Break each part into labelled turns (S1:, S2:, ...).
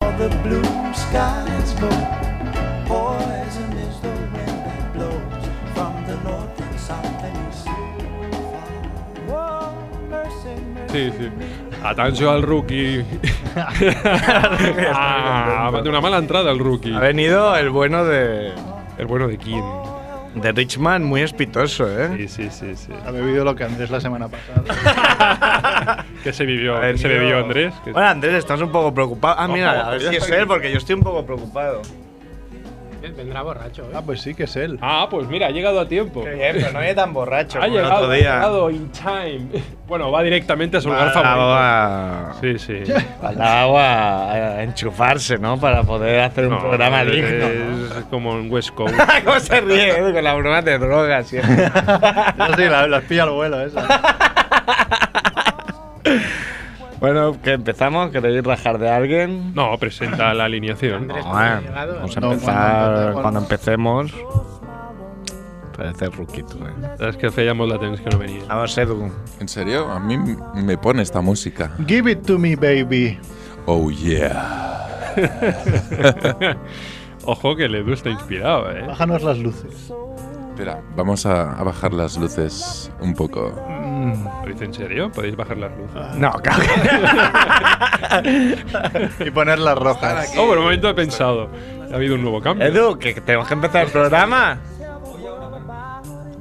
S1: the blue skies go. Poison is the wind that blows from the north and south and east. Whoa, mercy,
S2: Sí,
S1: mercy
S2: sí.
S1: me.
S2: Atenció al rookie. ah, de una mala entrada al rookie.
S3: Ha venido el bueno de,
S2: El bueno de quién.
S3: de Richman, muy espitoso, ¿eh?
S2: Sí, sí, sí, sí.
S4: Ha bebido lo que Andrés la semana pasada.
S2: ¿Qué se vivió?
S3: Ha
S2: ¿Qué se
S3: venido-
S2: bebió Andrés? ¿Qué-
S3: Hola, Andrés, estás un poco preocupado. Ah,
S2: Ojo,
S3: mira, a ver
S2: ya
S3: si es
S2: está
S3: él, porque yo estoy un poco preocupado.
S5: Vendrá borracho, ¿eh?
S4: Ah, pues sí que es él.
S2: Ah, pues mira, ha llegado a tiempo.
S3: Qué bien, pero no es tan borracho
S2: Ha
S3: como el
S2: llegado,
S3: otro
S2: ha
S3: día.
S2: llegado in time. Bueno, va directamente a su lugar
S3: Al
S2: favorito.
S3: agua-
S2: Sí, sí.
S3: Al agua a enchufarse, ¿no? Para poder hacer un
S2: No,
S3: programa
S2: es,
S3: digno.
S2: es como en West Coast.
S3: ¿Cómo se ríe Edu, con la broma de drogas? siempre.
S4: Yo sí, la, las pilla al vuelo ¿eh? esa.
S3: bueno, que empezamos. ¿Queréis rajar de alguien?
S2: No, presenta la alineación.
S5: Andrés,
S3: No,
S5: ¿cómo ha
S3: eh,
S5: llegado?
S3: Vamos a
S4: No,
S3: empezar
S4: cuando- cuando-
S3: cuando Pues empecemos. Parece ruquito, eh.
S2: Es que hacíamos la tenis que no venía.
S3: Vamos, Edu.
S6: ¿En serio? A mí m- me pone esta música.
S4: Give it to me, baby.
S6: Oh yeah.
S2: Ojo que el Edu está inspirado, ¿eh?
S4: Bájanos las luces.
S6: Espera, vamos a, a bajar las luces un poco.
S2: Mm, ¿Lo dice en serio? ¿Podéis bajar las luces?
S3: No, claro que-
S4: Y poner las rojas.
S2: Oh, por un momento he pensado. Ha habido un nuevo cambio.
S3: Edu, que que tenemos que empezar el programa.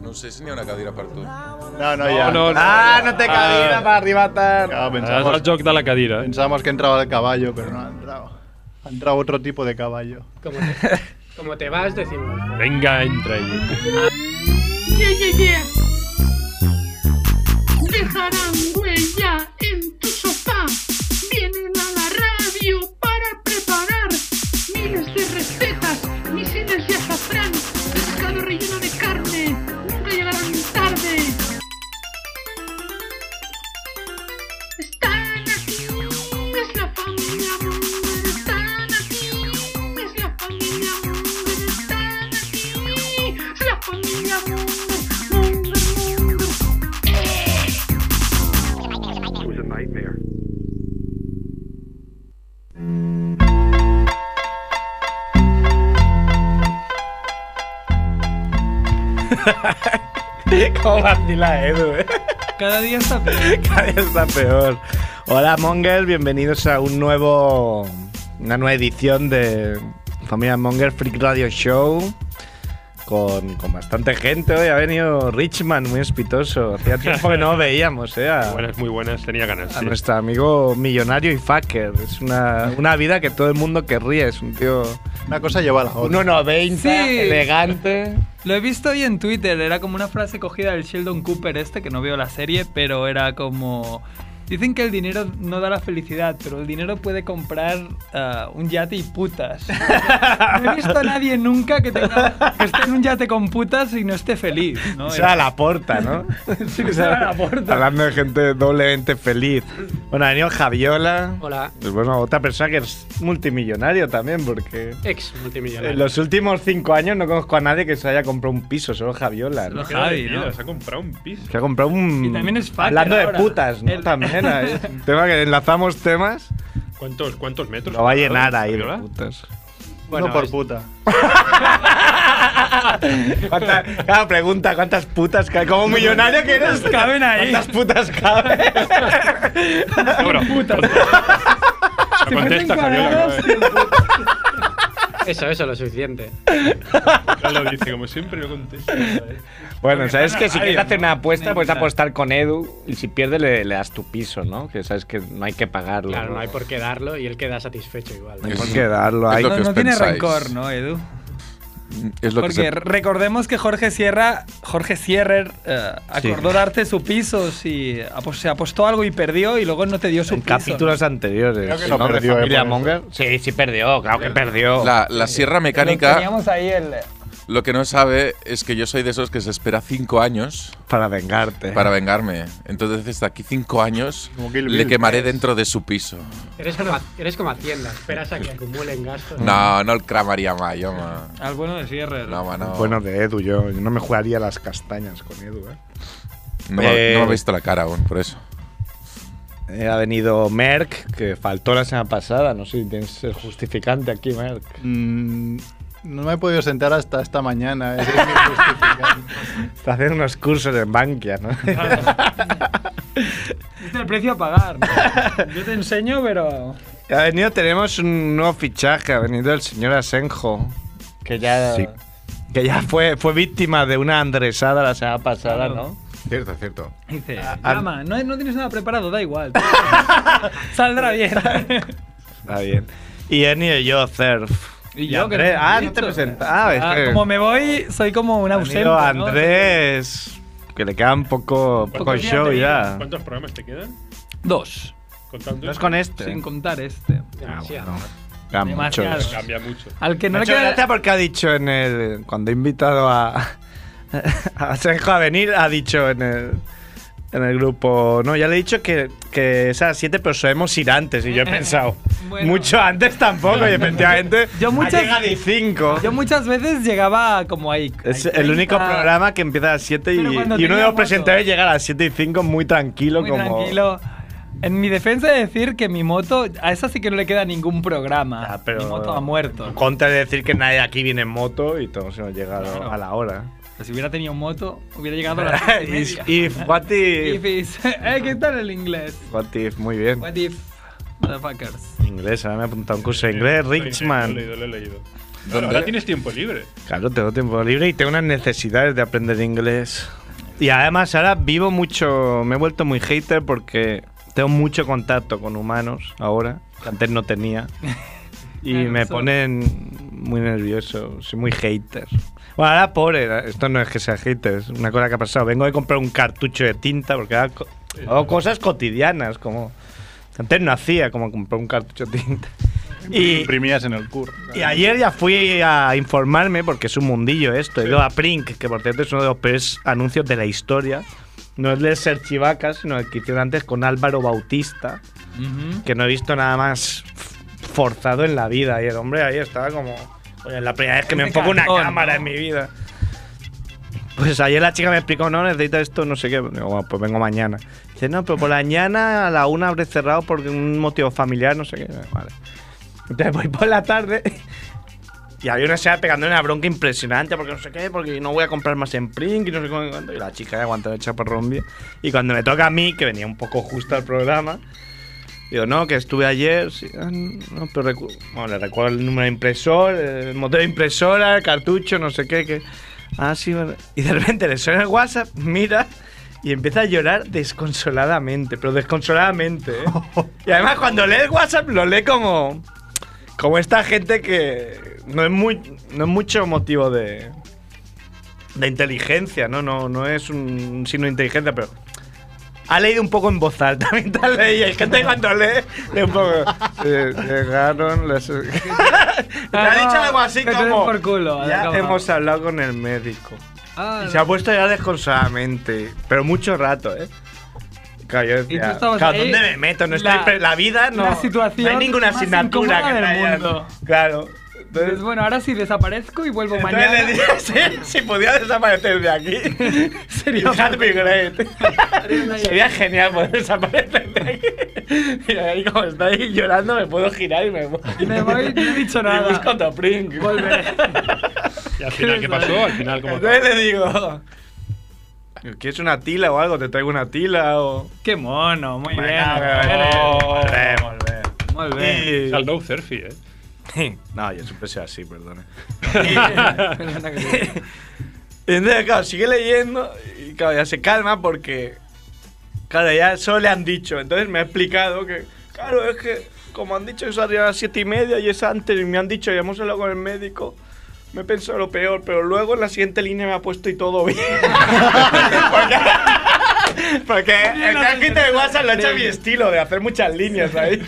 S6: No sé si ni una cadira para tú.
S4: No, no, ya.
S2: no, no.
S3: Ah, no te cabía
S2: Ah.
S3: para arriba tan.
S4: Ya,
S2: Has
S4: pensamos,
S2: el joc de la cadira. eh?
S4: pensamos que entraba el caballo, pero no ha entrado. Ha entrado otro tipo de caballo.
S5: Como te, como te vas, decimos.
S2: Venga, entra ahí.
S7: Yeah, yeah, yeah. Dejarán huella en tu sofá. Vienen a la radio para preparar miles de recetas, misiles de azafrán, pescado relleno de carne. Nunca llegarán tarde. Están aquí, es la familia Munger. Están aquí, es la familia Munger. Están aquí, es la familia Munger. Munger, Munger.
S3: ¿Cómo vacila Edu, eh?
S8: Cada día está peor.
S3: Cada día está peor. Hola, Monger, bienvenidos a un nuevo. Una nueva edición de Familia Monger Freak Radio Show. Con, con bastante gente hoy. Ha venido Richman, muy espitoso. Hacía tiempo que no veíamos, ¿eh? A,
S2: Buenas, muy buenas. Tenía ganas.
S3: a
S2: sí.
S3: nuestro amigo millonario y fucker. Es una, una vida que todo el mundo querría. Es un tío.
S4: Una cosa lleva a la otra.
S3: 1,90,
S8: Sí.
S3: elegante.
S8: Lo he visto hoy en Twitter, era como una frase cogida del Sheldon Cooper este, que no veo la serie, pero era como... Dicen que el dinero no da la felicidad, pero el dinero puede comprar ah, un yate y putas. No he visto a nadie nunca que, tenga, que esté en un yate con putas y no esté feliz. ¿no?
S3: Eso era la porta, ¿no?
S8: Sí, eso era la porta.
S3: Hablando de gente doblemente feliz. Bueno, ha venido Javiola.
S5: Hola,
S3: Pues bueno, otra persona que es multimillonario también, porque
S5: ex multimillonario.
S3: en
S6: Eh,
S3: los últimos cinco años no conozco a nadie que se haya comprado un piso, solo Javiola. ¿no?
S8: Solo-
S2: Qué
S8: Javi,
S2: divertido,
S8: ¿no?
S2: Se ha comprado un piso.
S3: Que ha comprado un.
S8: Y también es fucker
S3: Hablando de
S8: ahora.
S3: putas, ¿no?
S8: El-
S3: También es un tema que enlazamos temas.
S2: ¿Cuántos, cuántos metros?
S3: Lo va a llenar ahí de
S2: ¿Viola?
S3: putas.
S4: Uno por puta.
S3: ¿Cuánta- Cada pregunta, ¿cuántas putas caben? Como millonario que eres,
S8: Caben ahí.
S3: ¿Cuántas putas caben?
S2: Bueno,
S8: Si fuesen
S2: contesta, Javiola.
S8: cuadrados,
S5: Eso, eso, lo suficiente.
S2: No lo dice, como siempre, no contesta.
S3: Bueno,
S8: Porque
S3: sabes
S8: está
S3: que
S8: en la
S3: si quieres
S8: radio,
S3: hacer una
S8: ¿no?
S3: apuesta,
S8: Tiene
S3: puedes
S8: que estar.
S3: apostar con Edu y si pierde le, le das tu piso, ¿no? Que sabes que no hay que pagarlo.
S5: Claro, no hay por qué darlo y él queda satisfecho igual.
S3: No hay
S6: Es-
S3: por qué darlo.
S6: es
S3: Hay
S6: lo
S8: no,
S6: que os
S8: no tiene
S6: pensáis.
S8: rencor, ¿no, Edu?
S6: Es lo que
S8: Porque
S6: se...
S8: recordemos que Jorge Sierra, Jorge Sierrer eh, acordó darte su piso si apo- se apostó algo y perdió y luego no te dio su
S3: en
S8: piso.
S3: capítulos anteriores.
S4: Creo que
S3: ¿no?
S4: no
S3: De
S4: perdió, eh,
S3: familia
S4: por eso.
S3: Monger. Sí, sí perdió, claro que perdió.
S6: La, la sierra
S8: Lo
S6: mecánica,
S8: Teníamos ahí el eh,
S6: lo que no sabe es que yo soy de esos que se espera cinco años
S3: Para vengarte.
S6: para vengarme. Entonces, desde aquí cinco años
S4: Como Kill
S6: le
S4: Bill,
S6: quemaré dentro de su piso.
S5: Eres como, eres como Hacienda, esperas a que acumulen gastos.
S6: No, no el cramaría más, yo, ma.
S8: al bueno de Sierrer.
S6: No, ma, no.
S3: Bueno, de Edu, yo, yo no me jugaría las castañas con Edu, ¿eh?
S6: No me,
S3: Eh.
S6: no me ha visto la cara aún, por eso.
S3: Eh, ha venido Merck, que faltó la semana pasada. No sé si tienes el justificante aquí, Merck.
S4: Mm, no me he podido sentar hasta esta mañana. ¿eh? ese es mi justificante.
S3: Está haciendo unos cursos en Bankia, ¿no?
S8: Este es el precio a pagar. ¿no? Yo te enseño, pero.
S3: ha venido, tenemos un nuevo fichaje. Ha venido el señor Asenjo, que ya,
S9: Sí.
S3: que ya fue, fue víctima de una andresada la semana pasada,
S8: Claro.
S3: ¿no?
S9: Cierto, cierto.
S8: Dice,
S3: Ah,
S8: llama, no, no tienes nada preparado, da igual. Saldrá bien.
S3: Está bien. Y Eni y yo, Cerf.
S8: que
S3: Andrés-
S8: no
S3: Ah,
S8: he
S3: no te
S8: dicho.
S3: presentaba.
S8: Ah,
S3: es que-
S8: como me voy, soy como un
S3: Ha
S8: ausente.
S3: venido
S8: ¿no? Pues
S3: Andrés, que le queda un poco, poco
S8: días
S3: show
S8: de vida.
S3: ya.
S2: ¿Cuántos programas te quedan?
S8: Dos,
S2: Contando.
S3: No es con este.
S8: sin contar este.
S5: Demasiado.
S3: Quedan
S8: Demasiado.
S3: muchos.
S2: Ah, Cambia mucho.
S8: Al que
S3: Me
S8: no
S3: ha
S8: le
S3: hecho
S8: queda.
S3: gracia porque ha dicho en el. Cuando he invitado a. a Senjo a venir, ha dicho en el. En el grupo. No, ya le he dicho que, que es a las 7, pero solemos ir antes. Y yo he pensado.
S8: Eh, Bueno.
S3: Mucho antes tampoco. Y efectivamente.
S8: Yo muchas-
S3: Llega a 5.
S8: Yo muchas veces llegaba como ahí.
S3: Es
S8: ahí
S3: el único
S8: 30,
S3: programa que empieza a las 7 y,
S8: Pero cuando
S3: y uno de
S8: tenía
S3: los
S8: moto.
S3: presentadores llega a las 7 y 5 muy tranquilo.
S8: Muy
S3: como
S8: tranquilo. En mi defensa de decir que mi moto, a esa sí que no le queda ningún programa.
S3: Ah, pero-
S8: Mi moto ha muerto.
S3: Contra de decir que nadie aquí viene en moto y todos hemos llegado
S8: Claro.
S3: a la hora.
S8: Si hubiera tenido moto, hubiera llegado a las siete y media.
S3: if, if, what
S8: If
S3: if?
S8: is- eh, ¿Qué tal el inglés?
S3: What if, muy bien.
S8: What if, motherfuckers.
S3: Inglés, ahora me he apuntado a un curso de inglés,
S2: Lo he leído, Lo he
S3: Richman.
S2: leído, lo he leído.
S6: ¿Dónde?
S2: Ahora tienes tiempo libre.
S3: Claro, tengo tiempo libre y tengo unas necesidades de aprender inglés. Y además ahora vivo mucho, me he vuelto muy hater porque tengo mucho contacto con humanos ahora, que antes no tenía. Y
S8: Claro,
S3: me
S8: eso.
S3: ponen muy nervioso, soy muy hater. Bueno, ahora pobre, esto no es que sea hater, es una cosa que ha pasado. Vengo de comprar un cartucho de tinta porque ahora co- hago cosas cotidianas, como antes no hacía, como comprar un cartucho de tinta. Y,
S4: Imprimías en el curro.
S3: y ayer ya fui a informarme, porque es un mundillo esto. He ido a Prink, que por cierto es uno de los peores anuncios de la historia. No es de ser chivacas, sino el que hicieron antes con Álvaro Bautista, que no he visto nada más f- forzado en la vida. Y el hombre ahí estaba como. Oye, es la primera vez que me
S8: Este
S3: enfoco una
S8: cantón,
S3: cámara
S8: ¿no?
S3: en mi vida. Pues ayer la chica me explicó, no, necesita esto, no sé qué. Digo, bueno, pues vengo mañana. Dice, no, pero por la mañana a la una habré cerrado por un motivo familiar, no sé qué. Vale. Entonces voy por la tarde y había una señora pegando una bronca impresionante porque no sé qué, porque no voy a comprar más en Prink y no sé cómo y cuánto. Y la chica ya aguantando el chaparrombia. Y cuando me toca a mí, que venía un poco justo al programa, digo, no, que estuve ayer. sí, ah, no, pero recu- bueno, le recuerdo el número de impresor, el motor de impresora, el cartucho, no sé qué. que Ah, sí, vale. Y de repente le suena el WhatsApp, mira. Y empieza a llorar desconsoladamente, pero desconsoladamente. ¿eh? Y además cuando lee el WhatsApp lo lee como como esta gente que no es muy no es mucho motivo de de inteligencia no no no es un signo de inteligencia pero ha leído un poco en voz alta mientras leía. Hay gente que cuando lee, lee un poco. eh, Llegaron las. Le ha dicho algo así
S8: que te den
S3: como.
S8: por culo,
S3: ya
S8: acabado".
S3: hemos hablado con el médico.
S8: Ah,
S3: Y se ha puesto ya desconsoladamente, pero mucho rato, ¿eh? Claro, yo
S8: Y tú
S3: decía,
S8: estabas
S3: claro,
S8: ahí,
S3: ¿dónde me meto? No
S8: la-
S3: estoy pre- la vida no,
S8: la situación
S3: no hay ninguna
S8: más
S3: asignatura
S8: incómoda
S3: que
S8: del
S3: te haya-
S8: mundo.
S3: Claro. Entonces,
S8: Entonces, bueno, ahora sí desaparezco y vuelvo
S3: entonces
S8: mañana.
S3: le dije, "Sí, si podía desaparecer de aquí, sería be great. sería genial poder desaparecer de aquí. Y ahí como está ahí llorando, me puedo girar y me voy.
S8: Me voy, no he dicho nada.
S3: Y busco otro print.
S8: Volveré.
S2: Y al final, ¿qué pasó? Al final, ¿cómo
S3: Entonces le digo. ¿Quieres una tila o algo? ¿Te traigo una tila o.?
S8: Qué mono, muy bien.
S3: Volver, volver.
S8: Muy bien.
S3: Y-
S2: Saldó Cerfi, eh.
S3: No, yo siempre soy así, perdone.
S8: Perdona que-
S3: Y entonces, claro, sigue leyendo y claro, ya se calma porque. Claro, ya solo le han dicho. Entonces me ha explicado que. Claro, es que como han dicho que saldría a las siete y media y es antes, y me han dicho, ya hemos hablado con el médico. Me he pensado lo peor, pero luego en la siguiente línea me ha puesto y todo bien. porque porque el cajito de WhatsApp lo ha hecho a mi estilo, de hacer muchas líneas ahí.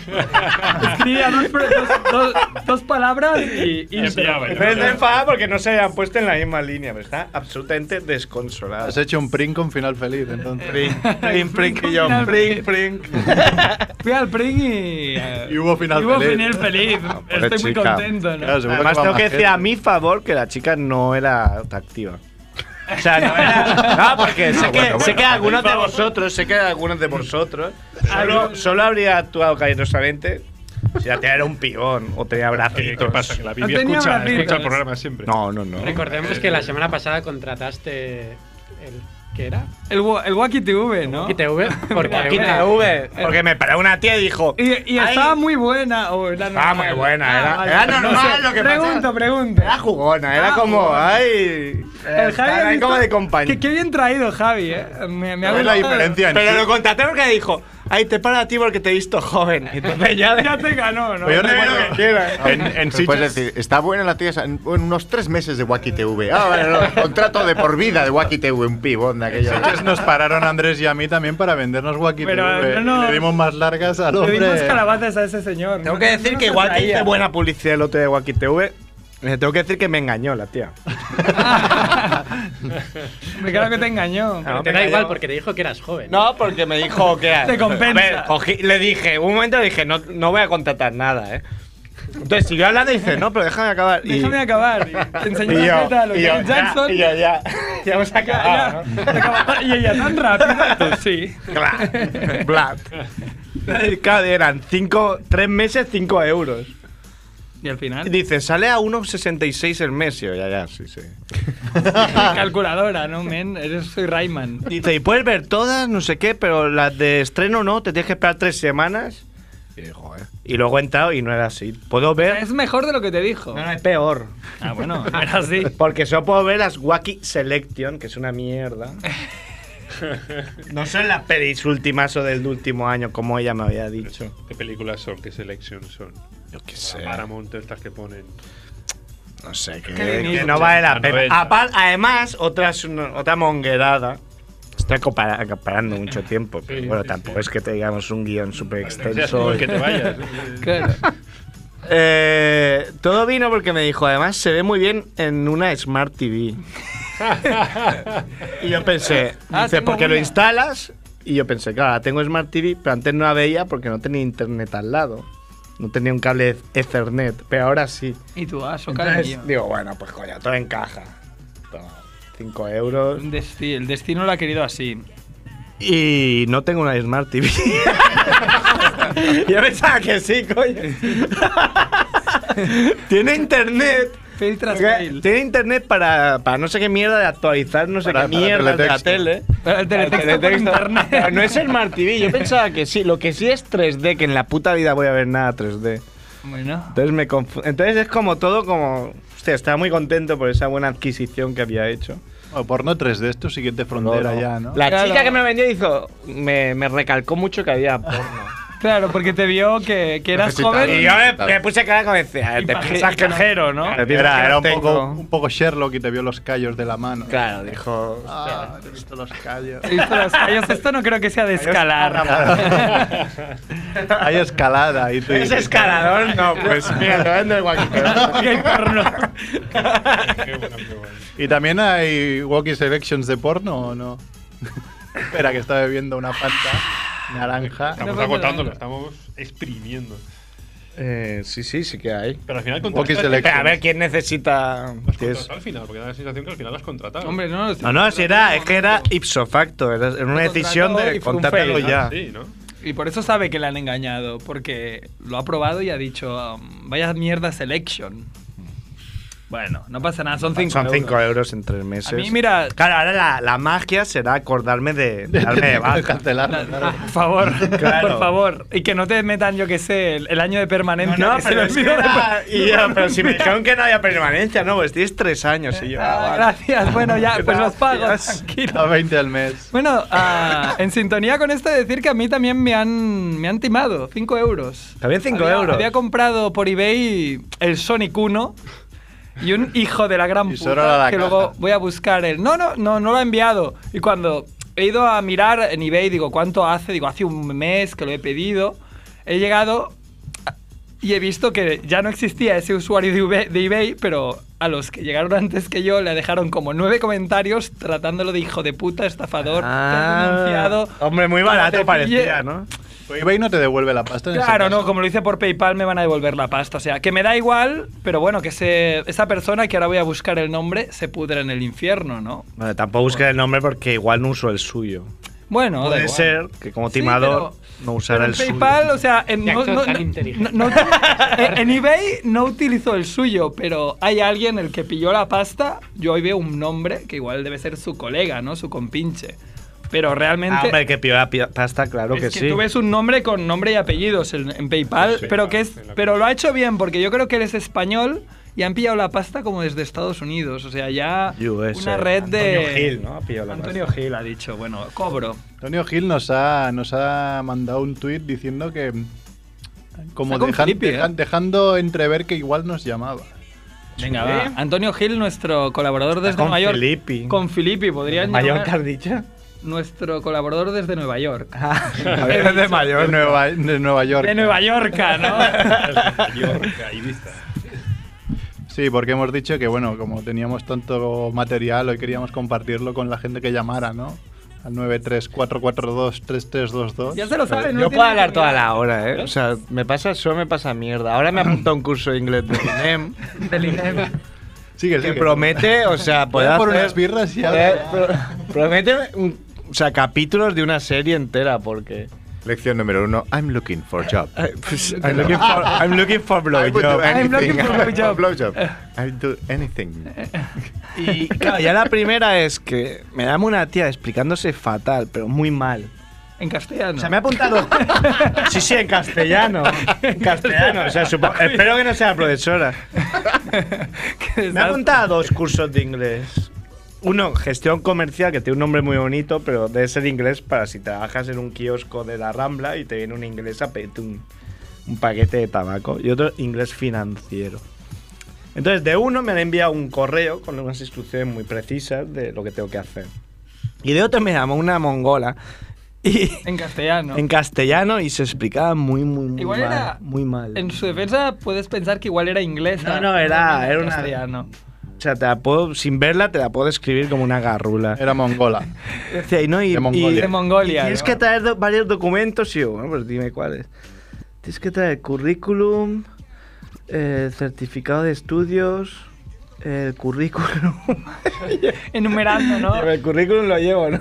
S8: Escribía dos, pre- dos- dos- dos palabras y. y-
S2: Y enviaba, yo
S3: Pero
S2: creo.
S3: está enfadada porque no se habían puesto en la misma línea, pero está absolutamente desconsolada.
S4: Has hecho un print con final feliz, entonces.
S3: Prink, prink, prink, y yo,
S8: Final
S3: prink, prink.
S8: Fui al Pring y. eh,
S4: Y hubo final
S8: hubo
S4: feliz.
S8: final feliz.
S3: pobre
S8: Estoy muy
S3: chica.
S8: contento, ¿no?
S4: Claro, seguro
S3: Además
S4: va
S3: tengo
S4: más
S3: que decir
S4: gente.
S3: a mi favor que la chica no era atractiva. O sea, no, era- no, porque sé que,
S2: bueno,
S3: sé
S2: bueno,
S3: que algunos de
S2: vamos.
S3: vosotros, sé que algunos de vosotros, solo, solo habría actuado cariñosamente si la tía era un pibón o tenía
S2: Oye,
S3: bracitos.
S2: ¿Qué pasa? Que la Bibi
S8: No tenía
S2: escucha,
S8: bracitos.
S2: escucha el programa siempre. Eh,
S3: No, no, no.
S5: Recordemos que la semana pasada contrataste el ¿qué era?
S8: El, wa- el Wacky TV,
S2: eh,
S8: ¿no?
S5: ITV porque
S3: Aquí
S5: una-
S3: TV, Eh, porque me paró una tía y dijo.
S8: Y, y
S3: "Ay,
S8: estaba muy buena. o era
S3: Estaba
S8: normal. Ah,
S3: muy buena, era-
S8: vale.
S3: era normal lo que
S8: Pregunto,
S3: pasaba.
S8: pregunto.
S3: Era jugona, era
S8: Ah,
S3: como.
S8: jugona.
S3: ¡Ay!
S8: El Javi
S3: Estaba
S8: ha
S3: ahí
S8: visto-
S3: como de compañía.
S8: Que- Qué bien traído, Javi, eh. Me, me ha
S4: ¿Ves la
S8: gustado.
S4: diferencia? en
S3: Pero
S4: sí?
S3: lo contraté porque dijo. Ay, te para a ti porque te he visto joven. Entonces ya,
S8: Ya te ganó, ¿no?
S4: Pues yo
S3: te
S4: recuerdo-
S3: lo que quieras.
S9: Ah,
S4: En- en
S9: pues puedes
S4: Sitges-
S9: decir, está buena la tía esa, en, en unos tres meses de Wacky TV. Ah, bueno, no, contrato de por vida de Wacky TV, un pibón de aquello.
S4: Entonces nos pararon a Andrés y a mí también para vendernos Wacky
S8: Pero, eh,
S4: TV.
S8: no, no.
S4: Le dimos más largas al
S8: Le
S4: hombre.
S8: dimos calabazas a ese señor.
S3: Tengo
S8: No-
S3: que
S8: no
S3: decir
S8: nos
S3: que igual que
S8: atraía.
S3: hice buena publicidad el otro de Wacky TV, eh, tengo que decir que me engañó la tía.
S8: Me creo que te engañó.
S3: Ah,
S5: te
S3: me
S5: da igual
S3: cayó.
S5: porque te dijo que eras joven.
S3: No, porque me dijo que.
S8: Te compensa.
S3: A ver, cogí- le dije, un momento le dije, no, no voy a contratar nada, ¿eh? Entonces siguió hablando y dice, no, pero déjame acabar. Y-
S8: Déjame acabar. y Te enseñó
S3: y
S8: la
S3: yo,
S8: teta a lo
S3: y yo,
S8: Janet
S3: ya,
S8: Jackson.
S3: y yo, ya. Ya hemos
S4: Ah.
S3: acabado. ¿no?
S8: Ya, te acabó- Y ella tan rápido. Pues sí.
S3: Claro, Blat. Claro, eran cinco, tres meses, cinco euros.
S8: Y al
S3: Y
S8: final,
S3: dice, sale a 1,66 el mes. Y yo, ya, ya, sí, sí.
S8: calculadora, ¿no, men? Eres, soy Rayman.
S3: Dice, y puedes ver todas, no sé qué, pero las de estreno no, te tienes que esperar tres semanas. Y yo, joder. Y luego he entrado y no era así. Puedo ver.
S8: Es mejor de lo que te dijo.
S3: No, no, es peor.
S8: Ah, bueno, era así.
S3: Porque solo puedo ver las Wacky Selection, que es una mierda. No son las pelis últimas o del último año, como ella me había dicho.
S2: ¿Qué películas son? ¿Qué selección son?
S3: Yo qué
S2: Paramount, estas que ponen.
S3: No sé, que,
S8: Qué
S3: que
S8: bonito.
S3: no vale la pena.
S2: Noventa.
S3: Apar- además, otra, es una- otra monguerada. Estoy compara- comparando mucho tiempo, pero
S2: Sí,
S3: bueno,
S2: sí,
S3: tampoco
S2: sí.
S3: es que te digamos un guión súper
S2: Seas tú
S3: extenso.
S2: el que te vayas.
S8: Claro.
S3: Eh, todo vino porque me dijo, además se ve muy bien en una Smart TV. y yo pensé,
S8: Ah,
S3: dice,
S8: tengo
S3: porque lo
S8: una".
S3: instalas. Y yo pensé, claro, ahora tengo Smart TV, pero antes no la veía porque no tenía internet al lado. No tenía un cable Ethernet, pero ahora sí.
S8: Y tú, ah, so
S3: Entonces,
S8: cariño.
S3: digo, bueno, pues coño, todo encaja. Toma, 5 euros.
S8: Un desti- el destino lo ha querido así.
S3: Y no tengo una Smart TV. Yo pensaba que sí, coño. Tiene internet.
S8: Fail tras
S3: Porque
S8: fail.
S3: Tiene internet para, para no sé qué mierda de actualizar, no sé
S4: Para-
S3: qué
S4: para
S3: mierda de la
S4: teletexto.
S3: tele.
S8: Pero el teletexto por internet.
S3: Pero no es Smart TV. Yo pensaba que sí. Lo que sí es 3D, que en la puta vida voy a ver nada 3D.
S8: Bueno.
S3: Entonces me confu- Entonces es como todo como. Hostia, estaba muy contento por esa buena adquisición que había hecho.
S4: O porno 3D es tu siguiente frontera
S3: No, no.
S4: ya, ¿no?
S3: La
S8: Claro.
S3: chica que me vendió hizo. Me, me recalcó mucho que había porno.
S8: Claro, porque te vio que, que eras
S9: Necesitaba.
S8: joven.
S9: Y
S3: y
S9: yo
S3: yo eh,
S9: me-
S3: me,
S9: me
S3: puse cara con decir, te piensas que
S8: extranjero, ¿no?
S4: Era, era un, poco, un poco Sherlock y te vio los callos de la mano.
S3: Claro, dijo.
S4: Ah, te he visto los callos.
S8: He visto las calles. Esto no creo que sea de escalar.
S4: Hay escalada y tú
S3: ¿Es
S4: dices,
S3: escalador? No, pues mira, te vendo el
S8: Porque hay porno.
S2: Qué bueno, qué bueno.
S4: ¿Y también hay walkie selections de porno o no? Espera, que está bebiendo una fanta naranja.
S2: Estamos agotándolo, estamos exprimiendo.
S3: Eh, sí, sí, sí que hay.
S2: Pero al final
S4: Walkie
S2: contrataste.
S4: selections.
S3: a ver quién necesita.
S2: Has contratado al final, porque da la sensación que al final lo has contratado.
S8: Hombre, no lo sé.
S3: No, no, si era, es que era ipso facto, era era una
S8: Lo
S3: decisión
S8: contrató
S3: de
S8: y fue un
S3: contártelo
S8: fail.
S3: ya.
S2: Sí, ¿no?
S8: Y por eso sabe que le han engañado, porque lo ha probado y ha dicho, um, vaya mierda selection. Bueno, no pasa nada, son 5
S3: Son 5 euros en tres meses.
S8: A mí, mira,
S3: Claro, ahora la, la magia será acordarme de darme de baja.
S4: Cancelarlo, claro.
S8: Ah, por favor,
S3: Claro.
S8: por favor. Y que no te metan, yo que sé, el, el año de permanencia.
S3: No,
S8: que se
S3: pero,
S8: lo
S3: es que
S8: olvidó de-
S3: era- y yo, pero si me dijeron que no había permanencia, no, pues tienes tres años. Y yo, ah,
S8: Ah,
S3: vale.
S8: gracias, bueno, ya, pues los pago.
S3: Gracias.
S8: tranquilo.
S4: A 20 al mes.
S8: Bueno, ah, en sintonía con esto decir que a mí también me han, me han timado, 5 euros.
S3: También cinco
S8: Había-
S3: euros.
S8: Había comprado por eBay el Sonic 1 y un hijo de la gran
S4: Y solo era
S8: puta
S4: la
S8: que
S4: caja.
S8: luego voy a buscar el... No, no, no, no lo ha enviado. Y cuando he ido a mirar en eBay, digo, ¿cuánto hace? Digo, hace un mes que lo he pedido. He llegado y he visto que ya no existía ese usuario de, Ube- de eBay, pero a los que llegaron antes que yo le dejaron como nueve comentarios tratándolo de hijo de puta, estafador, te han
S3: Ah,
S8: denunciado.
S3: hombre, muy
S8: Como
S3: barato
S8: te pille-
S3: parecía, ¿no?
S4: Tu eBay Pues no te devuelve la pasta. en ese
S8: Claro,
S4: caso.
S8: no, como lo hice por PayPal me van a devolver la pasta. O sea, que me da igual, pero bueno, que se, esa persona que ahora voy a buscar el nombre se pudre en el infierno, ¿no?
S3: Bueno, tampoco busques el nombre porque igual no uso el suyo.
S8: Bueno, da
S3: Puede
S8: igual.
S3: ser que como
S8: Sí,
S3: timador
S8: pero-
S3: no usara el
S8: pero en PayPal,
S3: suyo. Ah,
S8: o sea, en,
S5: Qué
S8: no-
S5: actor
S8: no-
S5: tan
S8: no-
S5: inteligente.
S8: no- no- en- en eBay no utilizó el suyo, pero hay alguien el que pilló la pasta. Yo hoy veo un nombre que igual debe ser su colega, ¿no? Su compinche. Pero realmente.
S3: Ah, hombre, que pilló la pi- pasta, claro que,
S8: es que
S3: sí.
S8: tú ves un nombre con nombre y apellidos en, en PayPal,
S2: Sí, claro,
S8: pero que es,
S2: en la-
S8: pero lo ha hecho bien porque yo creo que él es español y han pillado la pasta como desde Estados Unidos, o sea, ya
S3: US.
S8: una red de
S3: Antonio Gil, ¿no? Ha pillado la
S8: Antonio
S3: pasta.
S8: Gil ha dicho, bueno, cobro.
S4: Antonio Gil nos ha, nos ha mandado un tuit diciendo que. Como
S8: Está con
S4: dejan-
S8: Felipe, ¿eh?
S4: dejan- dejando entrever que igual nos llamaba.
S8: Venga, va. Antonio Gil, nuestro colaborador desde
S3: con
S8: Nueva York.
S3: Filippi.
S8: Con Filippi, podrían
S3: Mallorca,
S8: llamar.
S3: has dicho. Ah.
S8: Nuestro colaborador desde Nueva York.
S3: A ver, es de
S4: De
S3: Mallorca.
S4: Nueva, de Nueva York.
S8: De Nueva Yorka, ¿no?
S2: York, Ibiza.
S4: Sí, porque hemos dicho que, bueno, como teníamos tanto material, hoy queríamos compartirlo con la gente que llamara, ¿no? Al 934423322.
S8: ya se lo saben.
S3: Yo Eh, puedo hablar toda la hora, ¿eh? O sea, me pasa eso, me pasa mierda. Ahora me apunto a un curso de inglés de INEM
S4: Sigue,
S3: que
S4: sigue.
S3: promete, o sea,
S4: Voy
S8: Pues
S3: poder
S4: a por
S3: hacer-
S4: unas birras y
S8: Eh,
S3: poder-
S4: ahora-
S3: pro- promete, un- o sea, capítulos de una serie entera, porque...
S9: Lección número uno. I'm looking for a job.
S3: Eh, pues, I'm looking for, I'm looking for
S9: would do
S3: blowjob.
S9: anything.
S8: looking for a blowjob.
S9: blowjob. I'll do anything.
S3: Y claro, ya la primera es que me dame una tía explicándose fatal, pero muy mal.
S8: En castellano.
S3: O sea, me ha apuntado. Sí, sí, en castellano. En castellano. O sea, supo- espero que no sea profesora.
S8: Qué
S3: Me ha
S8: desastre.
S3: apuntado a dos cursos de inglés. Uno, gestión comercial, que tiene un nombre muy bonito, pero debe ser inglés para si trabajas en un kiosco de la Rambla y te viene un inglés a pedirte un, un paquete de tabaco. Y otro, inglés financiero. Entonces, de uno me han enviado un correo con unas instrucciones muy precisas de lo que tengo que hacer. Y de otro me llamó una mongola y,
S8: En castellano.
S3: en castellano y se explicaba muy, muy, muy
S8: Igual
S3: mal.
S8: era-
S3: muy mal.
S8: En su defensa puedes pensar que igual era inglés.
S3: No, no, era- era una-
S8: castellano.
S3: O sea, te la puedo, sin verla te la puedo describir como una garrula.
S4: Era mongola.
S3: Decía, y no, y,
S4: De
S3: y-
S4: Mongolia.
S8: De Mongolia,
S3: y tienes
S8: ¿no?
S3: que traer do- varios documentos y yo, bueno, pues dime cuáles. Tienes que traer currículum, eh, certificado de estudios, el currículum.
S8: Enumerando, Ah, ¿no?
S3: el currículum lo llevo, ¿no?